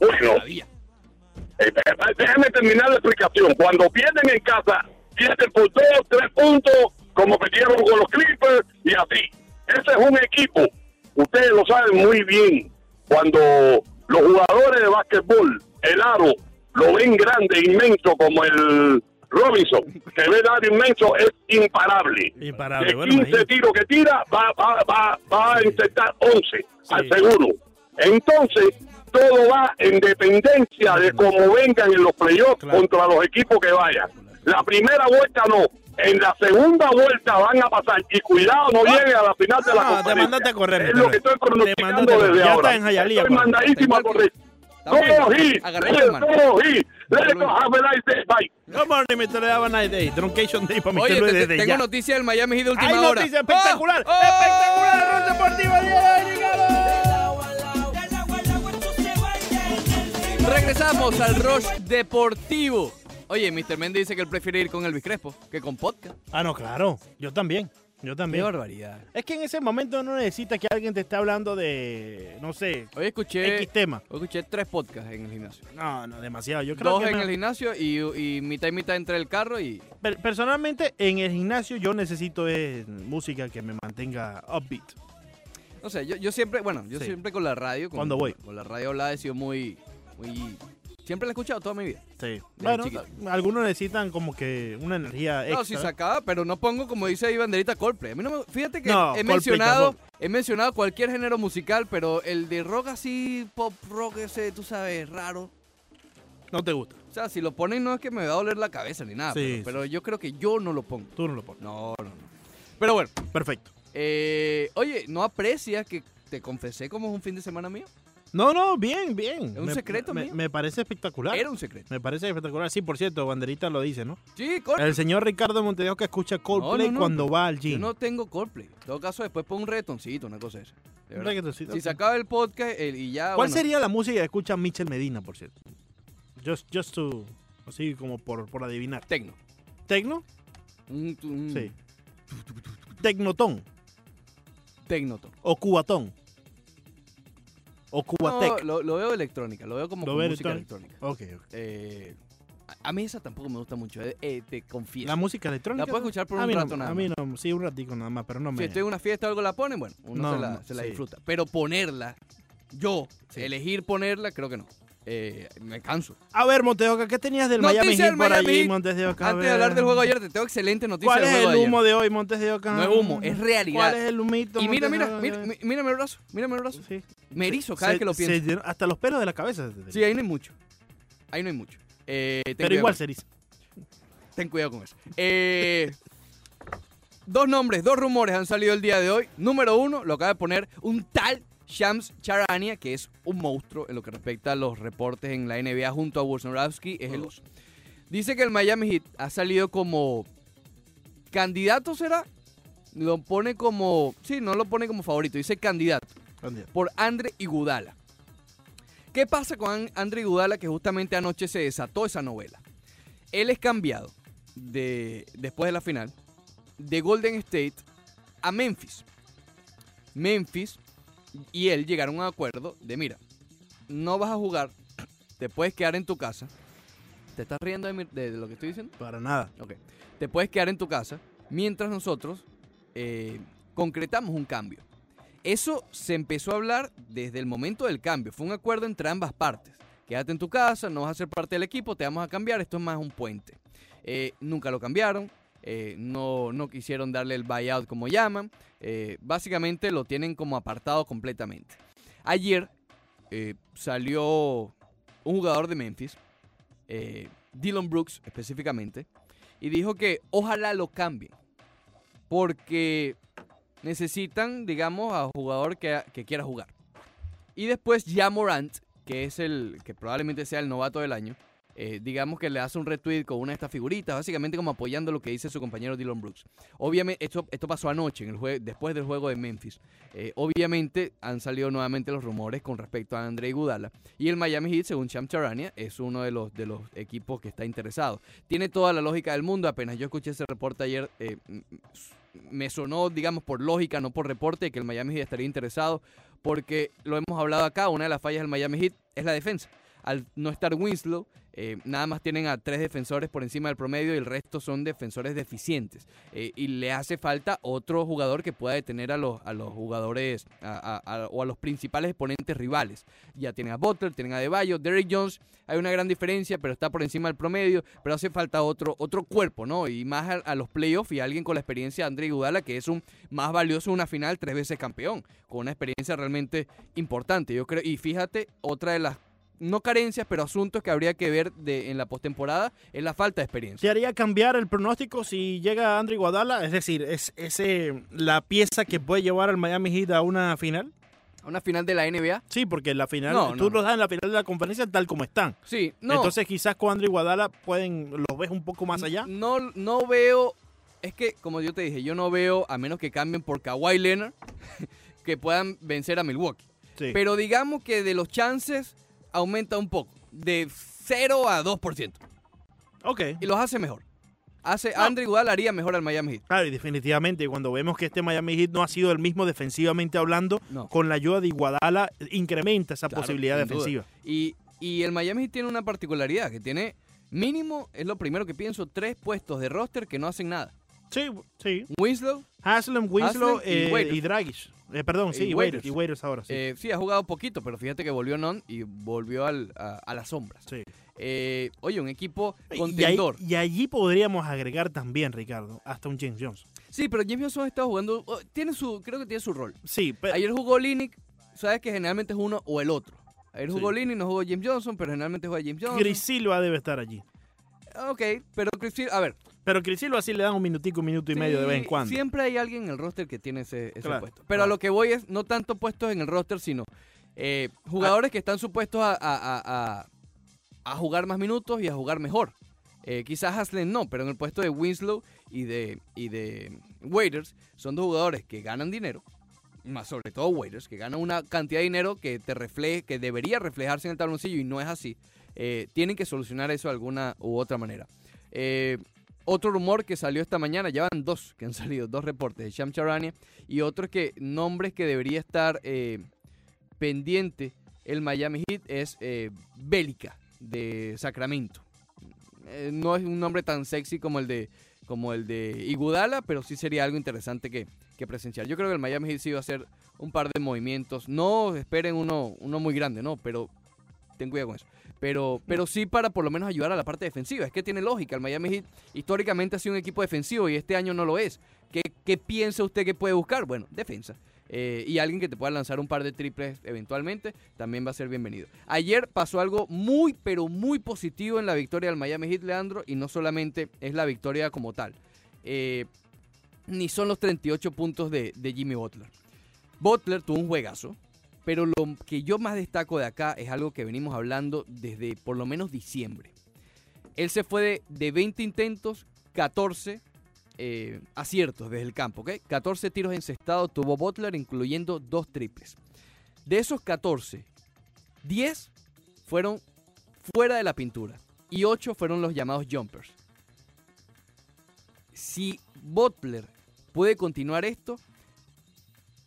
buenos.
Todavía.
Eh, eh, Déjame terminar la explicación. Cuando pierden en casa, pierden por dos, tres puntos, como perdieron con los Clippers y así. Ese es un equipo. Ustedes lo saben muy bien. Cuando los jugadores de básquetbol, el aro, lo ven grande, inmenso, como el Robinson, que ve el aro inmenso, es imparable.
Imparable,
De
bueno,
15
imagínate.
tiros que tira, va, va, va, va a intentar 11, al seguro. Entonces, todo va en dependencia de cómo vengan en los playoffs
Claro.
contra los equipos que vayan. La primera vuelta no. En la segunda vuelta van a pasar y cuidado no llegue a la final de la
No, te
conferencia.
mandaste Ah. a correr,
Es
Mr.
lo que estoy
Te mandaste a
pronosticando
correr.
desde
Ya
ahora.
está en Hialeah,
estoy
correcto.
mandadísimo a
Está
correr.
Está bien.
Go Heat,
Agarré
let's
la mano.
go Heat, let's
Luis.
go have a nice day. Bye.
Good morning, Mr. Luis. Have a nice day. Druncation day para Mr.
Oye,
Luis
te- te-
desde
tengo
ya.
noticias del Miami Heat de última
Hay
hora.
noticia espectacular.
Oh, oh.
Espectacular. Error deportivo. ayer, llegaron.
Regresamos al Rush Deportivo. Oye, Mr. Mendy dice que él prefiere ir con Elvis Crespo que con podcast.
Ah, no, claro. Yo también. Yo
Qué
también.
barbaridad.
Es que en ese momento no necesitas que alguien te esté hablando de, no sé,
Hoy escuché,
X tema.
hoy escuché tres podcasts en el gimnasio.
No, no, demasiado. Yo creo
Dos
que
en
me-
el gimnasio y, y mitad y mitad entre el carro y...
per- personalmente en el gimnasio yo necesito eh, música que me mantenga upbeat.
No sé, yo, yo siempre, bueno, yo
Sí.
siempre con la radio... Con,
¿Cuándo voy?
Con la radio hablada he sido muy, muy... Siempre la he escuchado toda mi vida.
Sí. Bueno,
chiquito.
algunos necesitan como que una energía extra.
No, si sacaba, pero no pongo, como dice ahí Banderita, Coldplay. A mí no me- fíjate que
No,
he
Coldplay
mencionado he mencionado cualquier género musical, pero el de rock así, pop rock ese, tú sabes, raro.
No te gusta.
O sea, si lo ponen no es que me va a doler la cabeza ni nada,
Sí,
pero,
sí.
pero yo creo que yo no lo pongo.
Tú no lo pones.
No, no, no. Pero bueno,
Perfecto.
eh, oye, ¿no aprecias que te confesé cómo es un fin de semana mío?
No, no, bien, bien.
Es un
Me-
secreto
me,
mío.
me parece espectacular.
Era un secreto.
Me parece espectacular. Sí, por cierto, Banderita lo dice, ¿no?
Sí, Coldplay.
El señor Ricardo Montevideo que escucha Coldplay
No, no, no.
cuando va al
Yo
gym.
no tengo Coldplay. En todo caso, después pongo un retoncito, una cosa esa.
Un reggaetoncito.
Si se acaba el podcast el- y ya.
¿Cuál
bueno,
sería la música que escucha Michel Medina, por cierto? Just, just to... Así como por, por adivinar.
Tecno.
¿Tecno?
Un, un
Sí. ¿Tecnotón?
Tecnotón.
¿O cubatón? ¿O
No,
cubatec?
lo, lo veo electrónica, lo veo como
¿Lo
con
veo
música
electrónica?
electrónica.
Ok, ok.
Eh, a a mí esa tampoco me gusta mucho, eh, eh, te confieso.
¿La música electrónica?
La puedo escuchar por
a
un
mí no-
rato nada
A mí no, sí, un ratico nada más, pero no
si
me...
estoy en una fiesta o algo la ponen, bueno, uno
No,
se la,
no,
se la
sí.
disfruta. Pero ponerla, yo,
Sí.
elegir ponerla, creo que no. Eh, me canso.
A ver, Monteoca, ¿qué tenías del
Noticia
Miami
del
Heat por
Miami
allí,
Heat.
Montes de Oca? A
Antes de
ver.
hablar del juego ayer, te tengo excelente noticia
¿Cuál
del
es
juego
el
de
humo
ayer.
de hoy, Montes de Oca?
No es humo, es realidad.
¿Cuál es el humito?
Y mira,
Montes de
mira,
Oca?
mira, mi- mírame el brazo, mírame el brazo.
Sí.
Me erizo
Se-
cada vez que lo
se
pienso.
llenó hasta los pelos de la cabeza. se te-
Sí, ahí no hay mucho. Ahí no hay mucho. Eh, ten
pero
cuidado
igual se eriza.
Ten cuidado con eso. Eh, dos nombres, dos rumores han salido el día de hoy. Número uno, lo acaba de poner un tal Shams Charania, que es un monstruo en lo que respecta a los reportes en la NBA junto a Wojnarowski. Es el oso. Dice que el Miami Heat ha salido como candidato, ¿será? Lo pone como... Sí, no lo pone como favorito, dice candidato por Andre Iguodala. ¿Qué pasa con An- Andre Iguodala que justamente anoche se desató esa novela? Él es cambiado de, después de la final de Golden State a Memphis. Memphis y él llegaron a un acuerdo de mira, no vas a jugar, te puedes quedar en tu casa. ¿Te estás riendo de, mi- de- de lo que estoy diciendo?
Para nada.
Ah, Ok. Te puedes quedar en tu casa mientras nosotros eh, concretamos un cambio. Eso se empezó a hablar desde el momento del cambio. Fue un acuerdo entre ambas partes. Quédate en tu casa, no vas a ser parte del equipo, te vamos a cambiar. Esto es más un puente. Eh, nunca lo cambiaron. eh, no, no quisieron darle el buyout como llaman. eh, básicamente lo tienen como apartado completamente. Ayer eh, salió un jugador de Memphis, eh, Dylan Brooks específicamente, y dijo que ojalá lo cambien. Porque necesitan, digamos, a un jugador que, que quiera jugar. Y después ya Morant, que es el que probablemente sea el novato del año, eh, digamos que le hace un retweet con una de estas figuritas, básicamente como apoyando lo que dice su compañero Dylan Brooks. Obviamente, esto, esto pasó anoche, en el jue- después del juego de Memphis. Eh, obviamente han salido nuevamente los rumores con respecto a Andre Iguodala. Y el Miami Heat, según Cham Charania, es uno de los, de los equipos que está interesado. Tiene toda la lógica del mundo. Apenas yo escuché ese reporte ayer, eh, m- me sonó, digamos, por lógica, no por reporte, que el Miami Heat estaría interesado. Porque lo hemos hablado acá, una de las fallas del Miami Heat es la defensa. Al no estar Winslow, eh, nada más tienen a tres defensores por encima del promedio y el resto son defensores deficientes. Eh, y le hace falta otro jugador que pueda detener a los, a los jugadores a- a- a- o a los principales exponentes rivales. Ya tienen a Butler, tienen a Deballo, Derrick Jones. Hay una gran diferencia, pero está por encima del promedio. Pero hace falta otro, otro cuerpo, ¿no? Y más a, a los playoffs y alguien con la experiencia de André Iguodala, que es un más valioso en una final, tres veces campeón, con una experiencia realmente importante. Yo creo, y fíjate, otra de las no carencias, pero asuntos que habría que ver de, en la postemporada es la falta de experiencia.
Se haría cambiar el pronóstico si llega Andre Guadala, es decir, es ese la pieza que puede llevar al Miami Heat a una final.
A Una final de la NBA.
Sí, porque la final,
No,
tú
no,
los das en la final de la conferencia tal como están.
Sí, no.
Entonces quizás con Andre Guadala pueden, los ves un poco más allá.
No, no veo. Es que, como yo te dije, yo no veo, a menos que cambien por Kawhi Leonard, que puedan vencer a Milwaukee.
Sí.
Pero digamos que de los chances aumenta un poco. De 0 a 2%.
ok.
Y los hace mejor. Hace,
No.
Andre Iguodala haría mejor al Miami Heat.
Claro, y definitivamente cuando vemos que este Miami Heat no ha sido el mismo defensivamente hablando,
No.
con la ayuda de Iguadala incrementa esa
Claro,
posibilidad
sin duda.
defensiva.
Y, y el Miami Heat tiene una particularidad, que tiene mínimo, es lo primero que pienso, tres puestos de roster que no hacen nada.
Sí, sí.
Winslow,
Haslem, Winslow
Haslem y
eh,
Waiters.
y, Dragic. Eh, perdón, sí,
Y
y Waiters.
Waiters.
Y Waiters ahora, sí.
eh, sí, ha jugado poquito, pero fíjate que volvió non y volvió al- a, a las sombras.
Sí.
Eh, oye, un equipo
Y, ahí-
contendor.
y allí podríamos agregar también, Ricardo, hasta un James Jones.
Sí, pero James Johnson ha estado jugando. oh, Tiene su, creo que tiene su rol.
Sí, pero
Ayer jugó Linick, sabes que generalmente es uno o el otro. Ayer jugó
Sí.
Linick, no jugó James Johnson, pero generalmente juega James Johnson.
Chris Silva debe estar allí.
Ok, pero Chris Sil- a ver.
Pero Chris Silva sí le dan un minutico, un minuto y medio de
sí,
vez en cuando.
Siempre hay alguien en el roster que tiene ese, ese
Claro,
puesto. Pero
claro.
a lo que voy es, no tanto puestos en el roster, sino Eh,
Ah.
jugadores que están supuestos a, a- a- a- a jugar más minutos y a jugar mejor. Eh, quizás Haslen no, pero en el puesto de Winslow y de, y de Waiters son dos jugadores que ganan dinero, más sobre todo Waiters, que ganan una cantidad de dinero que te refleje, que debería reflejarse en el tabloncillo y no es así. Eh, tienen que solucionar eso de alguna u otra manera. Eh, otro rumor que salió esta mañana, ya van dos que han salido, dos reportes de Sham Charania y otros que nombres que debería estar eh, pendiente el Miami Heat es eh, Bélica de Sacramento. Eh, no es un nombre tan sexy como el de como el de Igudala, pero sí sería algo interesante que, que presenciar. Yo creo que el Miami Heat sí va a hacer un par de movimientos. No esperen uno, uno muy grande, no, pero ten cuidado con eso. Pero, pero sí para por lo menos ayudar a la parte defensiva. Es que tiene lógica. El Miami Heat históricamente ha sido un equipo defensivo y este año no lo es. ¿Qué, qué piensa usted que puede buscar? Bueno, defensa. Eh, y alguien que te pueda lanzar un par de triples eventualmente también va a ser bienvenido. Ayer pasó algo muy, pero muy positivo en la victoria del Miami Heat, Leandro, y no solamente es la victoria como tal, Eh, ni son los 38 puntos de, de Jimmy Butler. Butler tuvo un juegazo, pero lo que yo más destaco de acá es algo que venimos hablando desde por lo menos diciembre. Él se fue de, de 20 intentos, 14 eh, aciertos desde el campo, ¿ok? 14 tiros encestados tuvo Butler, incluyendo dos triples. De esos 14, 10 fueron fuera de la pintura y 8 fueron los llamados jumpers. Si Butler puede continuar esto,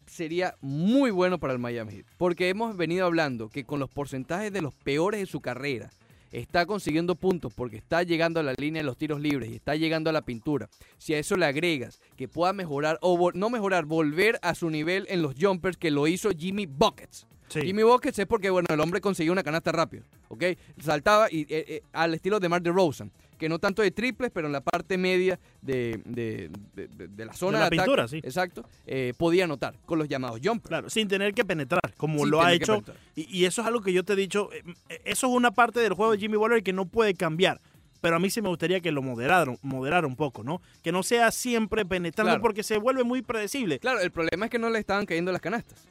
sería muy bueno para el Miami Heat. Porque hemos venido hablando que con los porcentajes de los peores de su carrera, está consiguiendo puntos porque está llegando a la línea de los tiros libres y está llegando a la pintura. Si a eso le agregas que pueda mejorar o vol- no mejorar, volver a su nivel en los jumpers que lo hizo Jimmy Buckets.
Sí.
Jimmy Buckets es porque, bueno, el hombre consiguió una canasta rápido, ¿ok? Saltaba y, eh, eh, al estilo de Mar de Rosen, que no tanto de triples, pero en la parte media de, de- de- de- de la zona
la
de, ataque,
pintura, sí.
Exacto. eh, podía anotar con los llamados jumpers.
Claro, sin tener que penetrar, como
Sin
lo ha
tener que
hecho.
penetrar.
Y, y eso es algo que yo te he dicho. eh, Eso es una parte del juego de Jimmy Butler que no puede cambiar. Pero a mí sí me gustaría que lo moderaron, moderar un poco, ¿no? Que no sea siempre penetrando
Claro.
porque se vuelve muy predecible.
Claro, el problema es que no le estaban cayendo las canastas.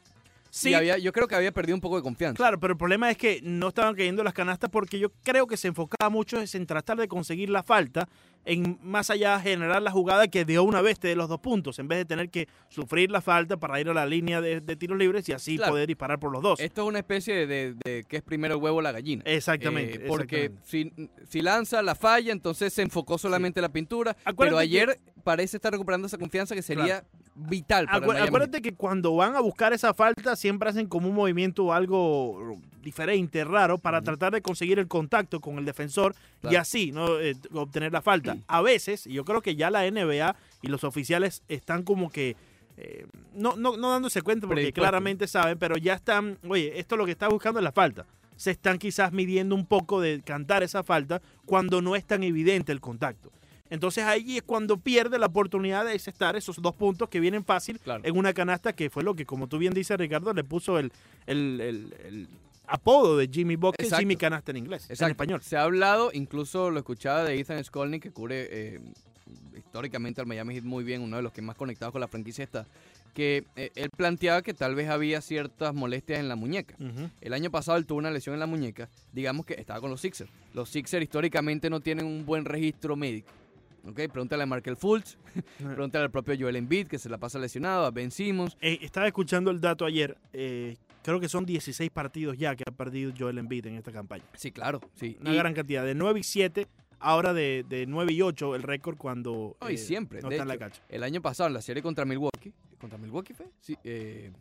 Sí,
Y había, yo creo que había perdido un poco de confianza.
Claro, pero el problema es que no estaban cayendo las canastas porque yo creo que se enfocaba mucho es en tratar de conseguir la falta, en más allá de generar la jugada que de una vez te dé los dos puntos, en vez de tener que sufrir la falta para ir a la línea de, de tiros libres y así
Claro.
poder disparar por los dos.
Esto es una especie de, de que es primero el huevo o la gallina.
Exactamente,
Eh, porque
exactamente.
si, si lanza, la falla, entonces se enfocó solamente en la pintura.
Acuérdate
pero ayer parece estar recuperando esa confianza que sería vital para el
Acué-
Miami Heat.
acuérdate que cuando van a buscar esa falta siempre hacen como un movimiento o algo diferente, raro, para tratar de conseguir el contacto con el defensor y
Claro.
así no Eh, obtener la falta. A veces, y yo creo que ya la NBA y los oficiales están como que eh, no, no, no dándose cuenta porque
Predispuestos.
claramente saben, pero ya están, oye, esto lo que está buscando es la falta. Se están quizás midiendo un poco de cantar esa falta cuando no es tan evidente el contacto. Entonces ahí es cuando pierde la oportunidad de estar esos dos puntos que vienen fácil
Claro.
en una canasta que fue lo que, como tú bien dices, Ricardo, le puso el, el- el- el apodo de Jimmy Bucket,
Exacto.
Jimmy Canasta en inglés, en
Exacto.
español.
Se ha hablado, incluso lo escuchaba de Ethan Skolnick, que cubre eh, históricamente al Miami Heat muy bien, uno de los que más conectados con la franquicia está, que eh, él planteaba que tal vez había ciertas molestias en la muñeca.
Ujú.
El año pasado él tuvo una lesión en la muñeca, digamos que estaba con los Sixers. Los Sixers históricamente no tienen un buen registro médico. ¿ok? Pregúntale a Markel Fultz, pregúntale al propio Joel Embiid, que se la pasa lesionado, a Ben Simmons.
Eh, estaba escuchando el dato ayer. eh, creo que son 16 partidos ya que ha perdido Joel Embiid en esta campaña.
Sí, claro, sí.
Una
Y-
gran cantidad. De 9 y 7, ahora de, de 9 y 8 el récord cuando
No, y
eh,
siempre.
no
de
está en la
hecho.
cancha.
El año pasado, en la serie contra Milwaukee, ¿contra Milwaukee fue? Sí, eh,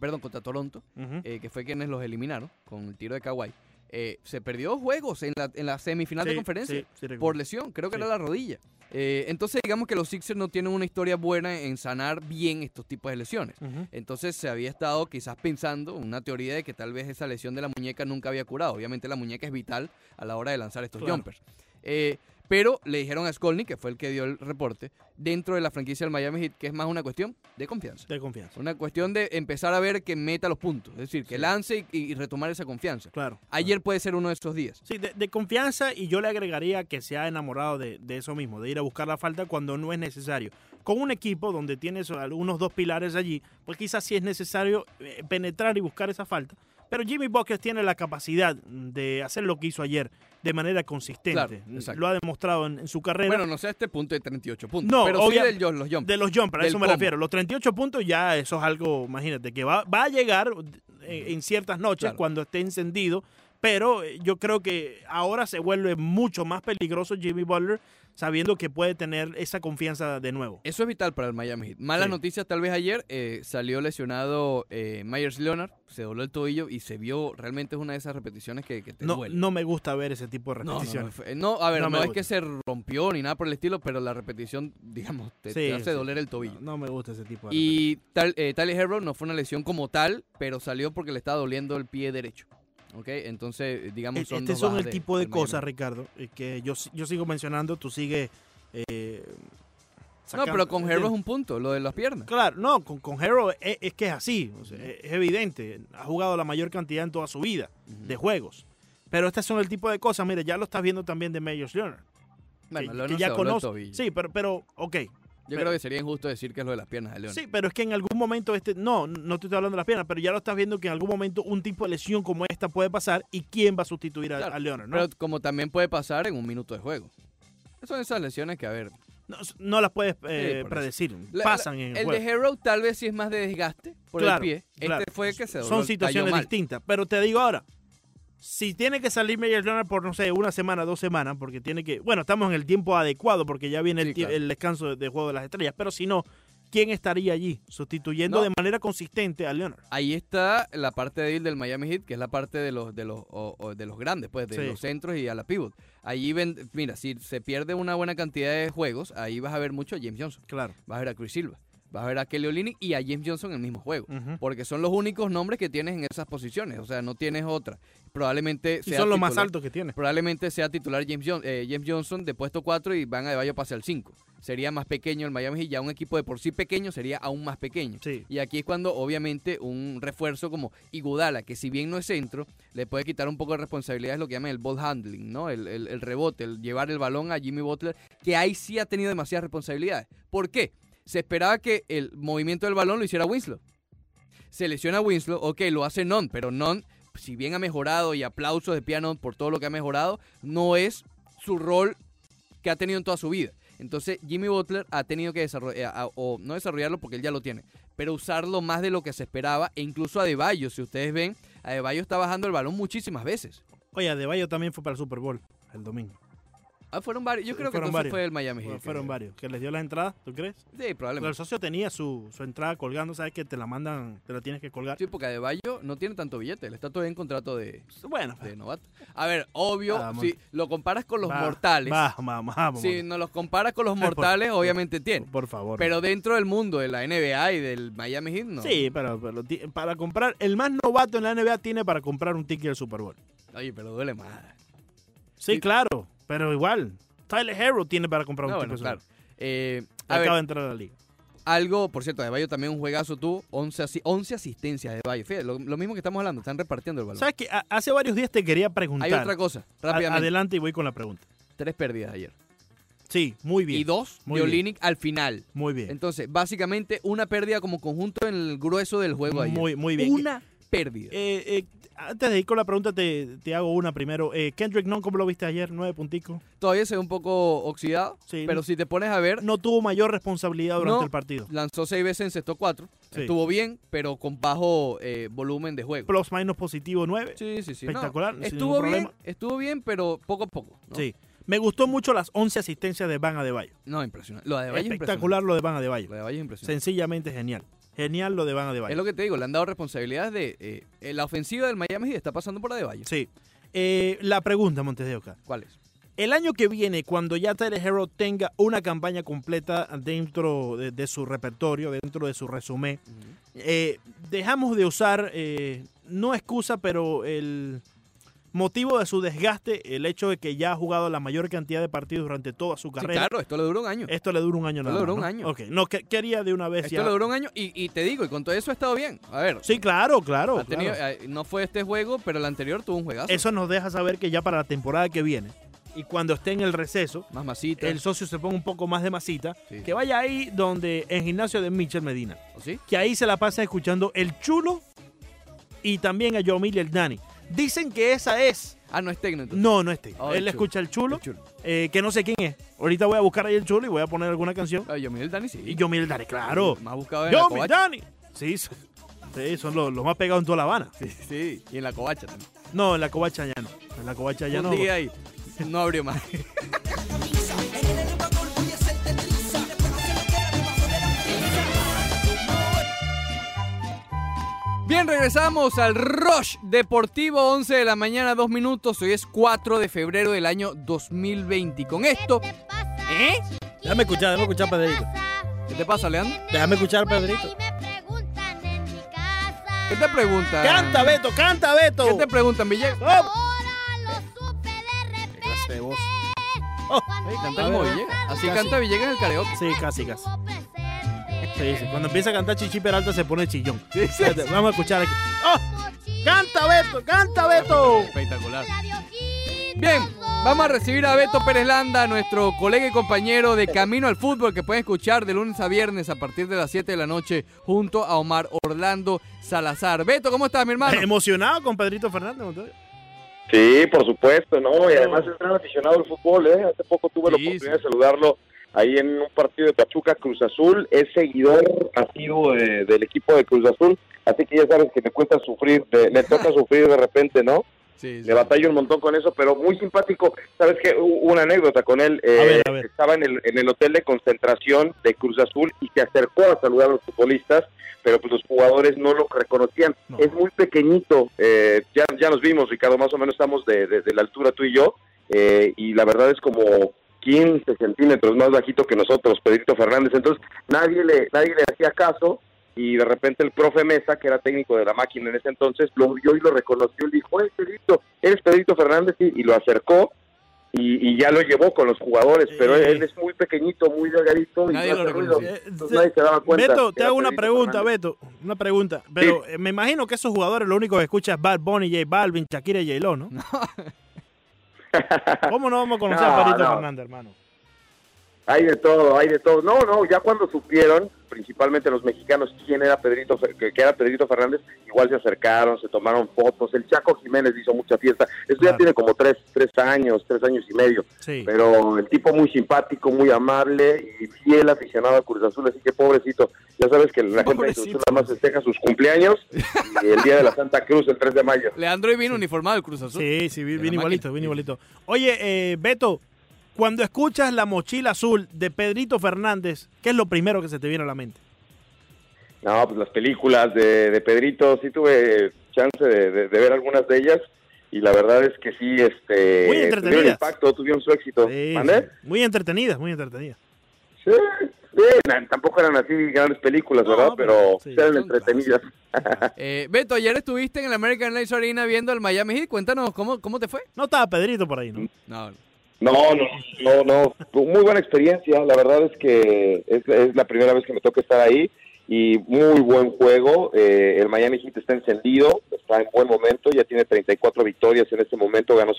perdón, contra Toronto,
Ujú.
eh, que fue quienes los eliminaron con el tiro de Kawhi. eh, se perdió juegos en la, en la semifinal de
Sí,
conferencia
sí, sí,
por
recuerdo.
lesión, creo que
Sí.
era la rodilla. Eh, entonces, digamos que los Sixers no tienen una historia buena en sanar bien estos tipos de lesiones.
Ujú.
Entonces se había estado quizás pensando una teoría de que tal vez esa lesión de la muñeca nunca había curado. Obviamente la muñeca es vital a la hora de lanzar estos
Claro.
jumpers. Eh, Pero le dijeron a Skolny, que fue el que dio el reporte, dentro de la franquicia del Miami Heat, que es más una cuestión de confianza.
De confianza.
Una cuestión de empezar a ver que meta los puntos, es decir, que lance y, y retomar esa confianza.
Claro.
Ayer puede ser uno de esos días.
Sí, de, de confianza y yo le agregaría que se ha enamorado de, de eso mismo, de ir a buscar la falta cuando no es necesario. Con un equipo donde tienes algunos dos pilares allí, pues quizás sí es necesario eh, penetrar y buscar esa falta. Pero Jimmy Buckets tiene la capacidad de hacer lo que hizo ayer de manera consistente.
Claro, exacto.
lo ha demostrado en, en su carrera.
Bueno, no sé este punto de 38 puntos,
No,
pero sí
obvia-
del, los jump.
De los jumpers, a
Del
eso me
combo.
refiero. Los 38 puntos ya eso es algo, imagínate, que va, va a llegar eh, en ciertas noches
Claro.
cuando esté encendido, pero eh, yo creo que ahora se vuelve mucho más peligroso Jimmy Butler sabiendo que puede tener esa confianza de nuevo.
Eso es vital para el Miami Heat. Malas
Sí.
noticias, tal vez ayer eh, salió lesionado eh, Myers Leonard, se dobló el tobillo y se vio, realmente es una de esas repeticiones que, que te
No,
duele.
no me gusta ver ese tipo de
No, no,
repeticiones.
no, fue- eh, no, a ver,
No
no,
me
es
gusta.
que se rompió ni nada por el estilo, pero la repetición, digamos, te, te
Sí,
hace
sí.
doler el tobillo.
No, no me gusta ese tipo de repeticiones.
Y tal, eh, Tyler Herro no fue una lesión como tal, pero salió porque le estaba doliendo el pie derecho. ¿Ok? Entonces, eh, digamos, son
Este
dos
son
bajas
el tipo de
del Miami
cosas,
Heat.
Ricardo, eh, que yo, si- yo sigo mencionando, tú sigues... eh,
No, pero con
sacando-
Herro es un punto, lo de las piernas.
Claro, no, con, con Hero es, es que es así, o sea, e, es, es evidente. Ha jugado la mayor cantidad en toda su vida de juegos. Pero estas son el tipo de cosas, mire, ya lo estás viendo también de Majors Leonard.
Bueno,
que-
Leonard
que
se
ya
dobló el
conoce.
tobillo.
Sí, pero, pero, ok.
Yo creo que sería injusto decir que es lo de las piernas de Leonard.
Sí, pero es que en algún momento este, no, no te estoy hablando de las piernas, pero ya lo estás viendo que en algún momento un tipo de lesión como esta puede pasar y quién va a sustituir a,
Claro,
a Leonard, ¿no?
Pero como también puede pasar en un minuto de juego. Son esas lesiones que, a ver.
no, no las puedes eh,
por eso.
predecir,
la-
pasan en el,
El
juego.
de Hero tal vez sí es más de desgaste por el
Claro,
pie. Este
claro.
fue que se dobló,
Son
cayó
situaciones
mal.
distintas. Pero te digo ahora, si tiene que salir Major Leonard por, no sé, una semana, dos semanas, porque tiene que. Bueno, estamos en el tiempo adecuado porque ya viene el,
Sí,
tie-
claro.
el descanso de, de Juego de las Estrellas. Pero si no, ¿quién estaría allí sustituyendo
No.
de manera consistente a Leonard?
Ahí está la parte débil del Miami Heat, que es la parte de los de los o- o de los grandes, pues, de
Sí.
los centros y a la pivot. Allí ven, mira, si se pierde una buena cantidad de juegos, ahí vas a ver mucho a James Johnson,
Claro.
vas a ver a Chris Silva, vas a ver a Kelly Olynyk y a James Johnson en el mismo juego.
Ujú.
Porque son los únicos nombres que tienes en esas posiciones, o sea, no tienes otra. Probablemente
Y
sea
son los más
titular-
altos pues. que tiene.
Probablemente sea titular James, Jon- eh, James Johnson de puesto 4 y Van Adebayo pase al 5. Sería más pequeño el Miami Heat, ya un equipo de por sí pequeño sería aún más pequeño.
Sí.
Y aquí es cuando obviamente un refuerzo como Igudala, que si bien no es centro, le puede quitar un poco de responsabilidad, es lo que llaman el ball handling, ¿no? El, el- el rebote, el llevar el balón a Jimmy Butler, que ahí sí ha tenido demasiadas responsabilidades. ¿Por qué? Se esperaba que el movimiento del balón lo hiciera Winslow. Se lesiona Winslow, ok, lo hace Non, pero Non, si bien ha mejorado y aplausos de Piano por todo lo que ha mejorado, no es su rol que ha tenido en toda su vida. Entonces Jimmy Butler ha tenido que desarrollar, eh, a- o no desarrollarlo porque él ya lo tiene, pero usarlo más de lo que se esperaba e incluso a Deballo, si ustedes ven, a Deballo está bajando el balón muchísimas veces.
Oye, De Bayo también fue para el Super Bowl el domingo.
Ah, fueron varios, yo creo que
Fueron
entonces
varios.
fue el Miami Heat. que-
fueron varios. ¿Que les dio las entradas? ¿Tú crees?
Sí,
Pero el
probablemente.
socio tenía su, su entrada colgando, ¿sabes? Que te la mandan, te la tienes que colgar.
Sí, porque a Deballo no tiene tanto billete, él está todavía en contrato de,
Bueno,
de novato. A ver, obvio,
Vamos.
si lo comparas con los
va-
mortales,
Vamos, vamos.
si no los comparas con los
por-
mortales,
por-
obviamente tiene.
Por favor.
Pero dentro del mundo de la NBA y del Miami Heat, no.
Sí, pero, pero ti- para comprar, el más novato en la NBA tiene para comprar un ticket del Super Bowl.
Oye, pero duele más.
Sí,
Sí.
claro, pero igual. Tyler Hero tiene para comprar
No,
un
bueno,
ticket del
claro.
Super Bowl.
Eh, a
Acaba
ver,
de entrar a la liga.
algo, por cierto, Adebayo también un juegazo tuvo, 11, asi- 11 asistencias de Bayo. Fíjate, lo, lo mismo que estamos hablando, están repartiendo el balón.
¿Sabes qué? A- Hace varios días te quería preguntar.
Hay otra cosa,
A-
rápidamente.
Adelante y voy con la pregunta.
Tres pérdidas ayer.
Sí, muy bien.
Y dos
Muy
de
bien.
Olynyk al final.
Muy bien.
Entonces, básicamente una pérdida como conjunto en el grueso del juego ayer.
Muy, muy bien.
Una pérdida.
Eh, eh, antes de ir con la pregunta, te, te hago una primero. Eh, Kendrick Nunn, ¿cómo lo viste ayer? Nueve punticos.
Todavía se ve un poco oxidado,
Sí.
pero si te pones a ver,
No tuvo mayor responsabilidad durante
No.
el partido.
lanzó seis veces en sexto cuatro.
Sí.
Estuvo bien, pero con bajo eh, volumen de juego.
Plus minus positivo, nueve.
Sí, sí, sí. no.
Espectacular, sin
Estuvo
ningún
bien,
problema.
estuvo bien, pero poco a poco. ¿no?
Sí. Me gustó mucho las 11 asistencias de Van Adebayo.
No, impresionante. Lo de Valle es
Espectacular lo de Van
impresionante.
Adebayo.
Lo de Valle es impresionante.
Sencillamente genial. Genial lo de Van
Es
Adebayo.
lo que te digo, le han dado responsabilidades de... eh, eh, la ofensiva del Miami Heat está pasando por la de Valle.
Sí. Eh, la pregunta, Montes de Oca.
¿Cuál es?
El año que viene, cuando ya Tyler Hero tenga una campaña completa dentro de, de su repertorio, dentro de su resumen, eh, dejamos de usar, eh, no excusa, pero el, Motivo de su desgaste, el hecho de que ya ha jugado la mayor cantidad de partidos durante toda su
Sí,
carrera.
claro, esto le duró un año.
Esto le dura un año
Esto le
nada
duró
más,
un
¿no?
año.
Ok, no, que- quería de una vez
Esto
ya.
le duró un año y, y te digo, y con todo eso ha estado bien. A ver,
Sí, claro, claro.
ha tenido-
claro.
eh, no fue este juego, pero el anterior tuvo un juegazo.
Eso nos deja saber que ya para la temporada que viene y cuando esté en el receso,
Más masita.
el socio se ponga un poco más de masita,
Sí.
que vaya ahí donde en gimnasio de Michel Medina.
¿O sí?
que ahí se la pasa escuchando el chulo y también a Yomil y el Dani. Dicen que esa es.
Ah, no es técnico. entonces.
No, no es Tigre.
Oh, el
Él
Chulo.
escucha el chulo,
El chulo.
eh, que no sé quién es. Ahorita voy a buscar ahí el chulo y voy a poner alguna canción.
Ah, Yomil Dani sí.
Y Yomil y el Dani, claro.
Más buscado en la
Yomil,
covacha.
Dani. Sí, son- sí, son los, los más pegados en toda La Habana.
Sí, sí, y en la covacha también.
No, en la covacha ya no. En la covacha ya
un
no.
día ahí no abrió más. Bien, regresamos al Rush Deportivo, 11 de la mañana, 2 minutos. Hoy es 4 de febrero del año 2020. Y con esto, ¿eh?
Déjame escuchar, déjame escuchar, Pedrito.
¿Qué te pasa, Leandro?
Déjame escuchar,
Pedrito.
Pedrito.
¿Qué te preguntan?
Canta, Beto, canta, Beto.
¿Qué te preguntan, Villegas?
¡Oh!
Clase de voz.
Oh.
Ey, canta como Villegas. Así canta Villegas en el karaoke.
Sí, casi, casi. Sí, sí. Cuando empieza a cantar Chichi Peralta se pone chillón.
Sí, sí, sí.
Vamos a escuchar aquí. ¡Oh! ¡Canta, Beto! ¡Canta, Beto!
Espectacular. Bien, vamos a recibir a Beto Pérez Landa, nuestro colega y compañero de Camino al Fútbol, que pueden escuchar de lunes a viernes a partir de las 7 de la noche junto a Omar Orlando Salazar. Beto, ¿cómo estás, mi
Eh,
hermano?
Emocionado con Pedrito Fernández. Montoya.
Sí, por supuesto, ¿no? Y además es gran aficionado al fútbol, ¿eh? Hace poco tuve la
Sí,
oportunidad de saludarlo ahí en un partido de Pachuca Cruz Azul. Es seguidor activo de- del equipo de Cruz Azul, así que ya sabes que te cuesta sufrir, de- le toca sufrir de repente, ¿no?
Sí, sí.
Le batallo un montón con eso, pero muy simpático. ¿Sabes qué? Hubo una anécdota con él. eh,
A ver, a ver.
Estaba en el, en el hotel de concentración de Cruz Azul y se acercó a saludar a los futbolistas, pero pues los jugadores no lo reconocían.
No.
Es muy pequeñito. eh, ya, ya nos vimos, Ricardo, más o menos estamos de, de- de la altura tú y yo, eh, y la verdad es como 15 centímetros más bajito que nosotros, Pedrito Fernández. Entonces nadie le, nadie le hacía caso y de repente el profe Mesa, que era técnico de la máquina en ese entonces, lo vio y lo reconoció y le dijo, "Oye, Pedrito, eres Pedrito Fernández, y, y lo acercó y, y ya lo llevó con los jugadores, pero
Eh.
él, él es muy pequeñito, muy delgadito y
Nadie
no
lo
hace ruido.
reconocía.
Entonces nadie se daba cuenta
eh, Beto,
que
te
era
hago una
Pedrito
pregunta,
Fernández.
Beto. Una pregunta. Pero eh, me imagino que esos jugadores lo único que escuchan es Bad Bunny, J Balvin, Shakira y J-Lo, ¿no? ¿Cómo no vamos a conocer a
No,
Pedrito
no.
Fernández, hermano?
Hay de todo, hay de todo. No, no, ya cuando supieron, principalmente los mexicanos, quién era Pedrito, Fer- que, que era Pedrito Fernández, igual se acercaron, se tomaron fotos. El Chaco Jiménez hizo mucha fiesta. Esto
Claro.
ya tiene como tres, tres años, tres años y medio.
Sí.
Pero el tipo muy simpático, muy amable y fiel aficionado a Cruz Azul, así que pobrecito. Ya sabes que la gente de Cruz Azul
Pobrecito.
nada más festeja sus cumpleaños y el día de la Santa Cruz, el 3 de mayo.
Leandro y vino uniformado del Cruz Azul.
Sí, sí, vi-
De la
bien igualito,
máquina.
bien igualito. Oye, eh, Beto, cuando escuchas la mochila azul de Pedrito Fernández, ¿qué es lo primero que se te viene a la mente?
No, pues las películas de, de Pedrito, sí tuve chance de, de- de ver algunas de ellas y la verdad es que sí, este,
Muy entretenidas.
tuvieron impacto, tuvieron su éxito.
Sí,
¿Mande?
sí. Muy entretenidas, muy entretenidas.
Sí, sí, na- tampoco eran así grandes películas,
No,
¿verdad?
pero
Pero,
sí,
eran
son
entretenidas.
Eh, Beto, ayer estuviste en el American Airlines Arena viendo al Miami Heat. Cuéntanos, ¿cómo, cómo te fue?
No estaba Pedrito por ahí, ¿no?
No,
No, no, no, no. Fue Muy buena experiencia. La verdad es que es, es la primera vez que me toca estar ahí y muy buen juego. Eh, el Miami Heat está encendido, está en buen momento, ya tiene 34 victorias en este momento, ganó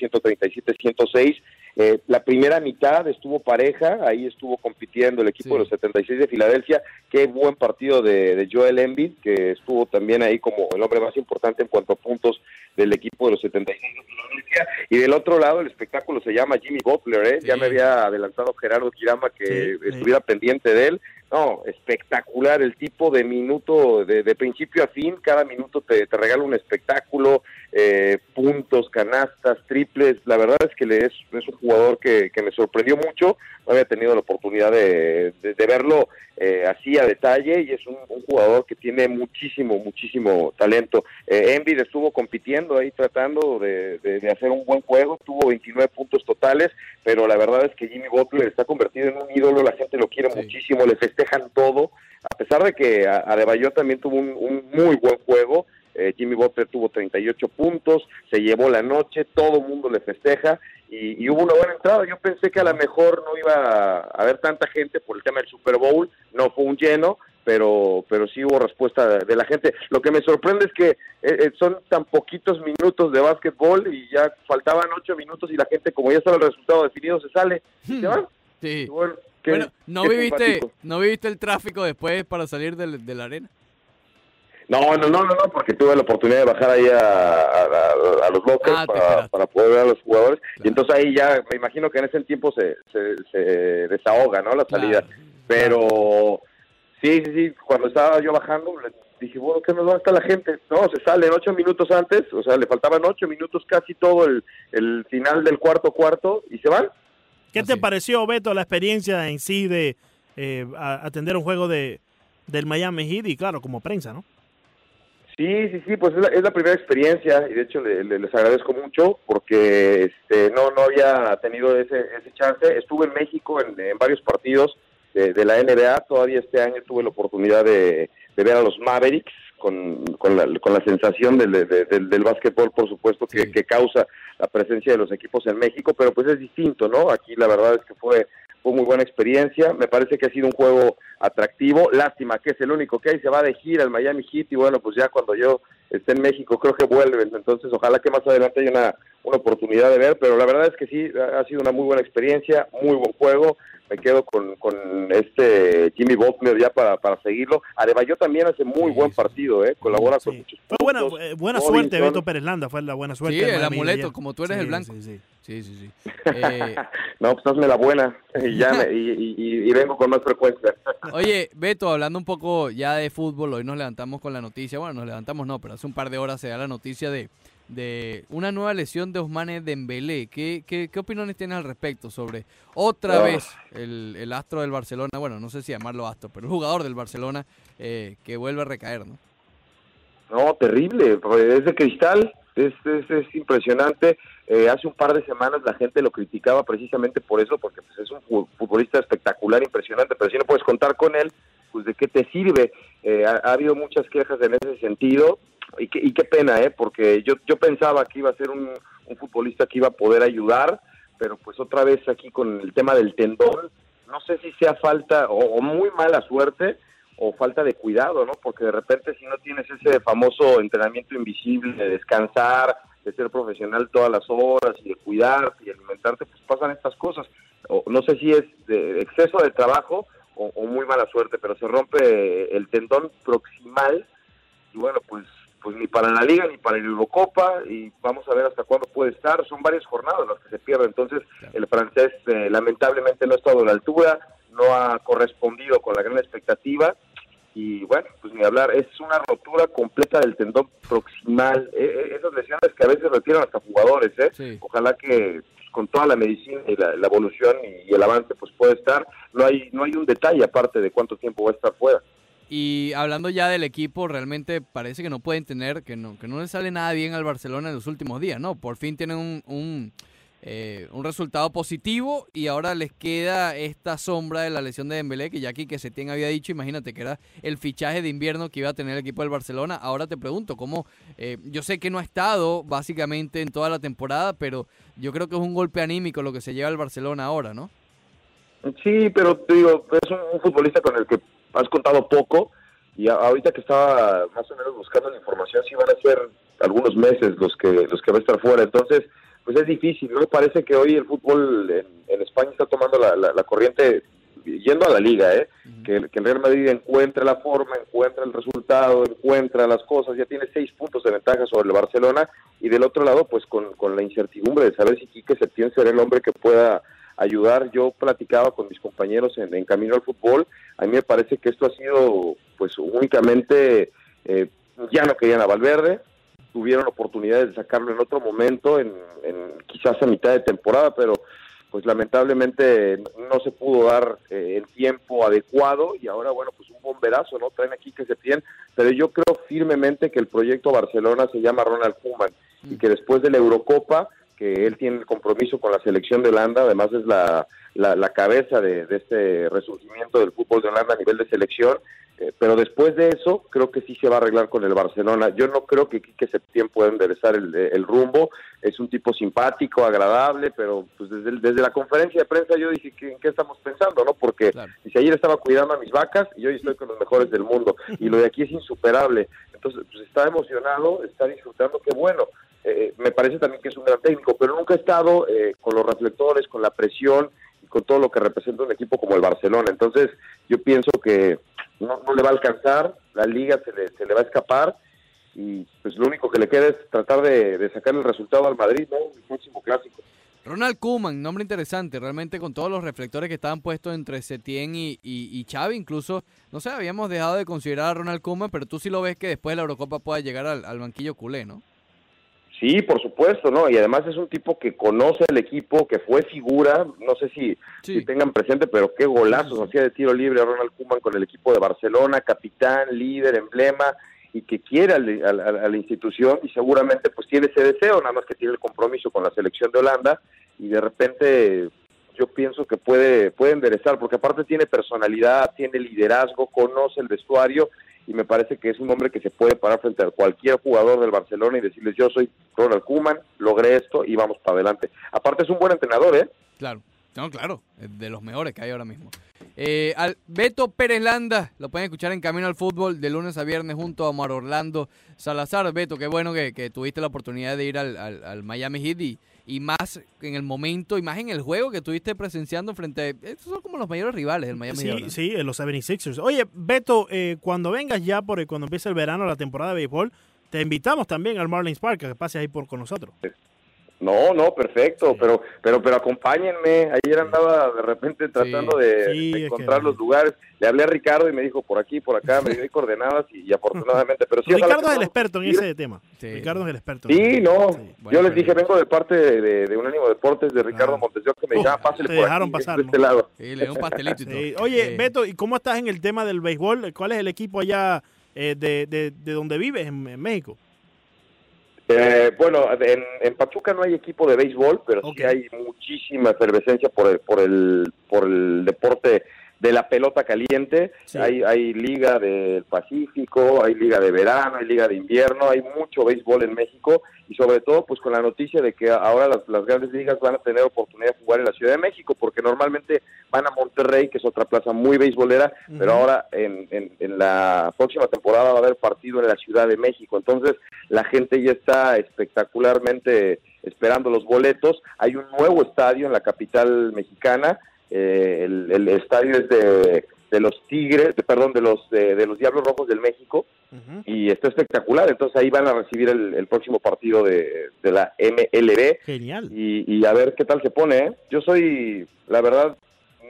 137-106. Eh, la primera mitad estuvo pareja, ahí estuvo compitiendo el equipo
Sí.
de los 76 de Filadelfia. Qué buen partido de, de Joel Embiid, que estuvo también ahí como el hombre más importante en cuanto a puntos del equipo de los 76 de Filadelfia. Y del otro lado, el espectáculo se llama Jimmy Butler, ¿eh? Ya
Sí.
me había adelantado Gerardo Quirama que
Sí, sí.
estuviera pendiente de él. No, espectacular el tipo de minuto, de, de principio a fin, cada minuto te, te regala un espectáculo, eh, puntos, canastas, triples. La verdad es que le es, es un jugador que, que me sorprendió mucho. No había tenido la oportunidad de, de- de verlo eh, así a detalle y es un, un jugador que tiene muchísimo, muchísimo talento. Eh, Embiid estuvo compitiendo ahí tratando de, de- de hacer un buen juego, tuvo 29 puntos totales, pero la verdad es que Jimmy Butler está convertido en un ídolo, la gente lo quiere
Sí.
muchísimo, le festejan todo, a pesar de que a- Adebayo también tuvo un, un muy buen juego, eh, Jimmy Butler tuvo 38 puntos, se llevó la noche, todo el mundo le festeja y, y hubo una buena entrada. Yo pensé que a lo mejor no iba a haber tanta gente por el tema del Super Bowl, no fue un lleno, pero pero sí hubo respuesta de la gente. Lo que me sorprende es que eh, eh, son tan poquitos minutos de básquetbol y ya faltaban ocho minutos y la gente, como ya estaba el resultado definido, se sale. y se va.
Sí.
Y bueno, qué-
Bueno, ¿no
qué
viviste,
simpático.
¿no viviste el tráfico después para salir del- de la arena?
No, no, no, no, no, porque tuve la oportunidad de bajar ahí a, a- a- a los lockers
Ah, te
para,
esperaste.
para poder ver a los jugadores.
Claro.
Y entonces ahí ya, me imagino que en ese tiempo se, se, se desahoga, ¿no? La salida.
Claro.
Pero sí, sí, sí, cuando estaba yo bajando, le dije, bueno, ¿qué nos va a estar la gente? No, se salen ocho minutos antes, o sea, le faltaban ocho minutos casi todo el, el final del cuarto cuarto y se van.
¿Qué
Así
te
es.
pareció, Beto, la experiencia en sí de eh, a- atender un juego de, del Miami Heat y, claro, como prensa, ¿no?
Sí, sí, sí, pues es la, es la primera experiencia y de hecho le- le- les agradezco mucho porque este, no, no había tenido ese, ese chance. Estuve en México en, en varios partidos de, de la NBA, todavía este año tuve la oportunidad de, de ver a los Mavericks con, con, la, con la sensación del, del- del- del básquetbol, por supuesto, que,
Sí.
que causa la presencia de los equipos en México, pero pues es distinto, ¿no? Aquí la verdad es que fue, fue muy buena experiencia, me parece que ha sido un juego atractivo, lástima que es el único que hay, se va de gira al Miami Heat y bueno, pues ya cuando yo esté en México creo que vuelven, entonces ojalá que más adelante haya una, una oportunidad de ver, pero la verdad es que sí, ha ha sido una muy buena experiencia, muy buen juego, me quedo con, con este Jimmy Butler ya para, para seguirlo, Arevayo también hace muy
Sí,
buen
sí.
partido, ¿eh? colabora con
Sí.
muchos
Fue buena,
puntos.
eh, buena
Robinson.
suerte, Beto Pérez Landa, fue la buena suerte.
Sí,
del
el
Miami de
amuleto,
ayer.
como tú eres el blanco.
Sí, sí.
Sí, sí, sí. Eh,
No, pues hazme la buena y ya me- y, y- y- y vengo con más frecuencia.
oye, Beto, hablando un poco ya de fútbol, hoy nos levantamos con la noticia. Bueno, nos levantamos no, pero hace un par de horas se da la noticia de, de una nueva lesión de Ousmane Dembélé. ¿Qué, qué, qué opiniones tienes al respecto sobre otra
Ah.
vez el, el astro del Barcelona? Bueno, no sé si llamarlo astro, pero el jugador del Barcelona eh, que vuelve a recaer, ¿no?
No, terrible, pues, es de cristal, es, es, es impresionante. Eh, hace un par de semanas la gente lo criticaba precisamente por eso, porque pues, es un fu- futbolista espectacular, impresionante, pero si no puedes contar con él, pues de qué te sirve. Eh, ha, ha habido muchas quejas en ese sentido y, qué- y qué pena, ¿eh? porque yo, yo pensaba que iba a ser un, un futbolista que iba a poder ayudar, pero pues otra vez aquí con el tema del tendón, no sé si sea falta o- o muy mala suerte, o falta de cuidado, ¿no? Porque de repente si no tienes ese famoso entrenamiento invisible de descansar, de ser profesional todas las horas y de cuidarte y alimentarte, pues pasan estas cosas. O, no sé si es de exceso de trabajo o, o muy mala suerte, pero se rompe el tendón proximal y bueno, pues pues ni para la liga ni para el Eurocopa y vamos a ver hasta cuándo puede estar. Son varias jornadas las que se pierden, entonces
Claro.
el francés eh, lamentablemente no ha estado a la altura, no ha correspondido con la gran expectativa y bueno, pues ni hablar, es una rotura completa del tendón proximal, Eh, eh, esas lesiones que a veces retiran hasta jugadores, ¿eh?
Sí.
ojalá que pues, con toda la medicina y la, la evolución y, el avance pues puede estar, no hay, no hay un detalle aparte de cuánto tiempo va a estar fuera.
Y hablando ya del equipo, realmente parece que no pueden tener, que no, que no le sale nada bien al Barcelona en los últimos días, ¿no? Por fin tienen un, un, eh, un resultado positivo y ahora les queda esta sombra de la lesión de Dembélé, que ya aquí que Setién había dicho, imagínate que era el fichaje de invierno que iba a tener el equipo del Barcelona. Ahora te pregunto, ¿cómo? eh, yo sé que no ha estado básicamente en toda la temporada, pero yo creo que es un golpe anímico lo que se lleva el Barcelona ahora, ¿no?
Sí, pero te digo, es un, un futbolista con el que has contado poco y a- ahorita que estaba más o menos buscando la información, sí van a ser algunos meses los que los que va a estar fuera. Entonces, pues es difícil, ¿no? Parece que hoy el fútbol en, en España está tomando la, la- la corriente yendo a la liga, ¿eh? Que, el- que el Real Madrid encuentra la forma, encuentra el resultado, encuentra las cosas, ya tiene seis puntos de ventaja sobre el Barcelona y del otro lado, pues con, con la incertidumbre de saber si Quique Setién será el hombre que pueda ayudar. Yo platicaba con mis compañeros en, en Camino al Fútbol. A mí me parece que esto ha sido, pues, únicamente. eh, ya no querían a Valverde, tuvieron oportunidades de sacarlo en otro momento, en, en quizás a mitad de temporada, pero pues lamentablemente no se pudo dar eh, el tiempo adecuado y ahora, bueno, pues un bomberazo, ¿no? Traen aquí que se piden, pero yo creo firmemente que el proyecto Barcelona se llama Ronald Koeman y que después de la Eurocopa que él tiene el compromiso con la selección de Holanda, además es la, la, la cabeza de, de este resurgimiento del fútbol de Holanda a nivel de selección, eh, pero después de eso creo que sí se va a arreglar con el Barcelona. Yo no creo que Quique Setién pueda enderezar el, el rumbo, es un tipo simpático, agradable, pero pues desde, el- desde la conferencia de prensa yo dije, ¿qué- ¿en qué estamos pensando? no Porque
Claro.
dice, ayer estaba cuidando a mis vacas y hoy estoy con los mejores del mundo, y lo de aquí es insuperable. Entonces, pues está emocionado, está disfrutando, qué bueno. Eh, me parece también que es un gran técnico, pero nunca ha estado eh, con los reflectores, con la presión y con todo lo que representa un equipo como el Barcelona. Entonces, yo pienso que no, no le va a alcanzar, la liga se le, se le va a escapar y pues lo único que le queda es tratar de, de sacar el resultado al Madrid, ¿no? El próximo clásico.
Ronald Koeman, nombre interesante, realmente con todos los reflectores que estaban puestos entre Setién y, y, y Xavi, incluso, no sé, habíamos dejado de considerar a Ronald Koeman, pero tú sí lo ves que después de la Eurocopa pueda llegar al, al banquillo culé, ¿no?
Sí, por supuesto, ¿no? Y además es un tipo que conoce el equipo, que fue figura, no sé si,
Sí.
si tengan presente, pero qué golazos hacía de tiro libre Ronald Koeman con el equipo de Barcelona, capitán, líder, emblema, y que quiere al- al- al- a la institución y seguramente pues tiene ese deseo, nada más que tiene el compromiso con la selección de Holanda y de repente yo pienso que puede, puede enderezar, porque aparte tiene personalidad, tiene liderazgo, conoce el vestuario y me parece que es un hombre que se puede parar frente a cualquier jugador del Barcelona y decirles yo soy Ronald Koeman, logré esto y vamos para adelante. Aparte es un buen entrenador, ¿eh?
Claro, no, claro, es de los mejores que hay ahora mismo. Eh, al Beto Pérez Landa, lo pueden escuchar en Camino al Fútbol de lunes a viernes junto a Omar Orlando Salazar. Beto, qué bueno que, que tuviste la oportunidad de ir al, al- al Miami Heat y, y más en el momento y más en el juego que estuviste presenciando frente a... Estos son como los mayores rivales del Miami Heat.
Sí,
¿verdad?
sí, eh, los 76ers. Oye, Beto, eh, cuando vengas ya, por el- cuando empiece el verano, la temporada de béisbol, te invitamos también al Marlins Park, a que pases ahí por con nosotros.
No, no, perfecto, pero, pero, pero acompáñenme. Ayer andaba de repente tratando de,
Sí,
de
es
encontrar
que-
los lugares. Le hablé a Ricardo y me dijo por aquí, por acá, me dio coordenadas y, y afortunadamente, pero sí. ojalá
Ricardo es
que
el
podamos
experto en
ir.
ese tema.
Sí.
Ricardo es el experto.
Sí, no.
Sí.
bueno,
Yo les
pero-
dije, vengo de parte de, de, de Unánimo Deportes de Ricardo
Ah.
Montesión que me
Uh,
dijo, ah, pásale
te
por
dejaron
aquí,
pasar,
de
¿no?
este lado.
Sí, le dio un pastelito y todo.
Sí. Oye,
Eh,
Beto, ¿y cómo estás en el tema del béisbol? ¿Cuál es el equipo allá eh, de, de- de donde vives, en, en México?
Eh, bueno, en, en Pachuca no hay equipo de béisbol, pero
Ok.
sí hay muchísima efervescencia por el, por el, por el deporte de la pelota caliente.
Sí.
Hay, hay liga del Pacífico, hay liga de verano, hay liga de invierno, hay mucho béisbol en México y sobre todo pues con la noticia de que ahora las, las grandes ligas van a tener oportunidad de jugar en la Ciudad de México porque normalmente van a Monterrey, que es otra plaza muy beisbolera,
Ujú.
pero ahora en, en- en la próxima temporada va a haber partido en la Ciudad de México. Entonces la gente ya está espectacularmente esperando los boletos. Hay un nuevo estadio en la capital mexicana. Eh, el, el estadio es de, de los Tigres, de- perdón, de los, de, de los Diablos Rojos del México
Ujú.
y está espectacular. Entonces ahí van a recibir el, el próximo partido de, de la MLB
Genial.
y, y a ver qué tal se pone. ¿eh? Yo soy, la verdad,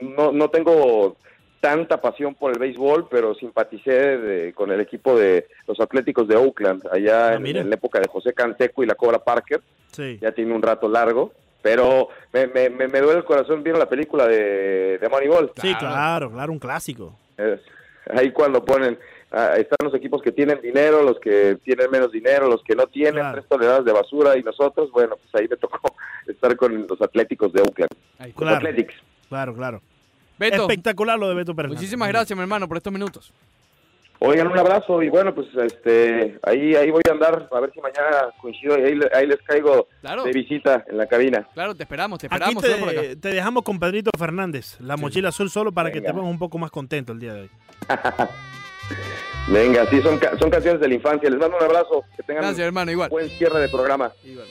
no, no tengo tanta pasión por el béisbol, pero simpaticé de- con el equipo de los Atléticos de Oakland, allá
Ah,
en,
mira.
en la época de José Canseco y la Cobra Parker.
Sí.
Ya tiene un rato largo, pero me, me, me- me duele el corazón. ¿Vieron la película de, de Moneyball?
Sí, claro, claro, un clásico.
Es- ahí cuando ponen, ah, están los equipos que tienen dinero, los que tienen menos dinero, los que no tienen,
Claro.
tres toneladas de basura y nosotros, bueno, pues ahí me tocó estar con los Atléticos de Oakland.
ahí está.
Los
Claro.
Athletics.
Claro, claro.
Beto,
Espectacular lo de Beto Pérez.
muchísimas gracias, mi hermano, por estos minutos.
Oigan, un abrazo y bueno, pues este, ahí, ahí voy a andar, a ver si mañana coincido y ahí, le- ahí les caigo
Claro.
de visita en la cabina.
Claro, te esperamos, te
Aquí
esperamos. solo por acá.
te, te dejamos con Pedrito Fernández, la
Sí.
mochila azul solo para que
Venga.
te pongas un poco más contento el día de hoy.
Venga, sí, son, ca- son canciones de la infancia. Les mando un abrazo, que tengan
Gracias, hermano, igual.
buen cierre de programa.
igual.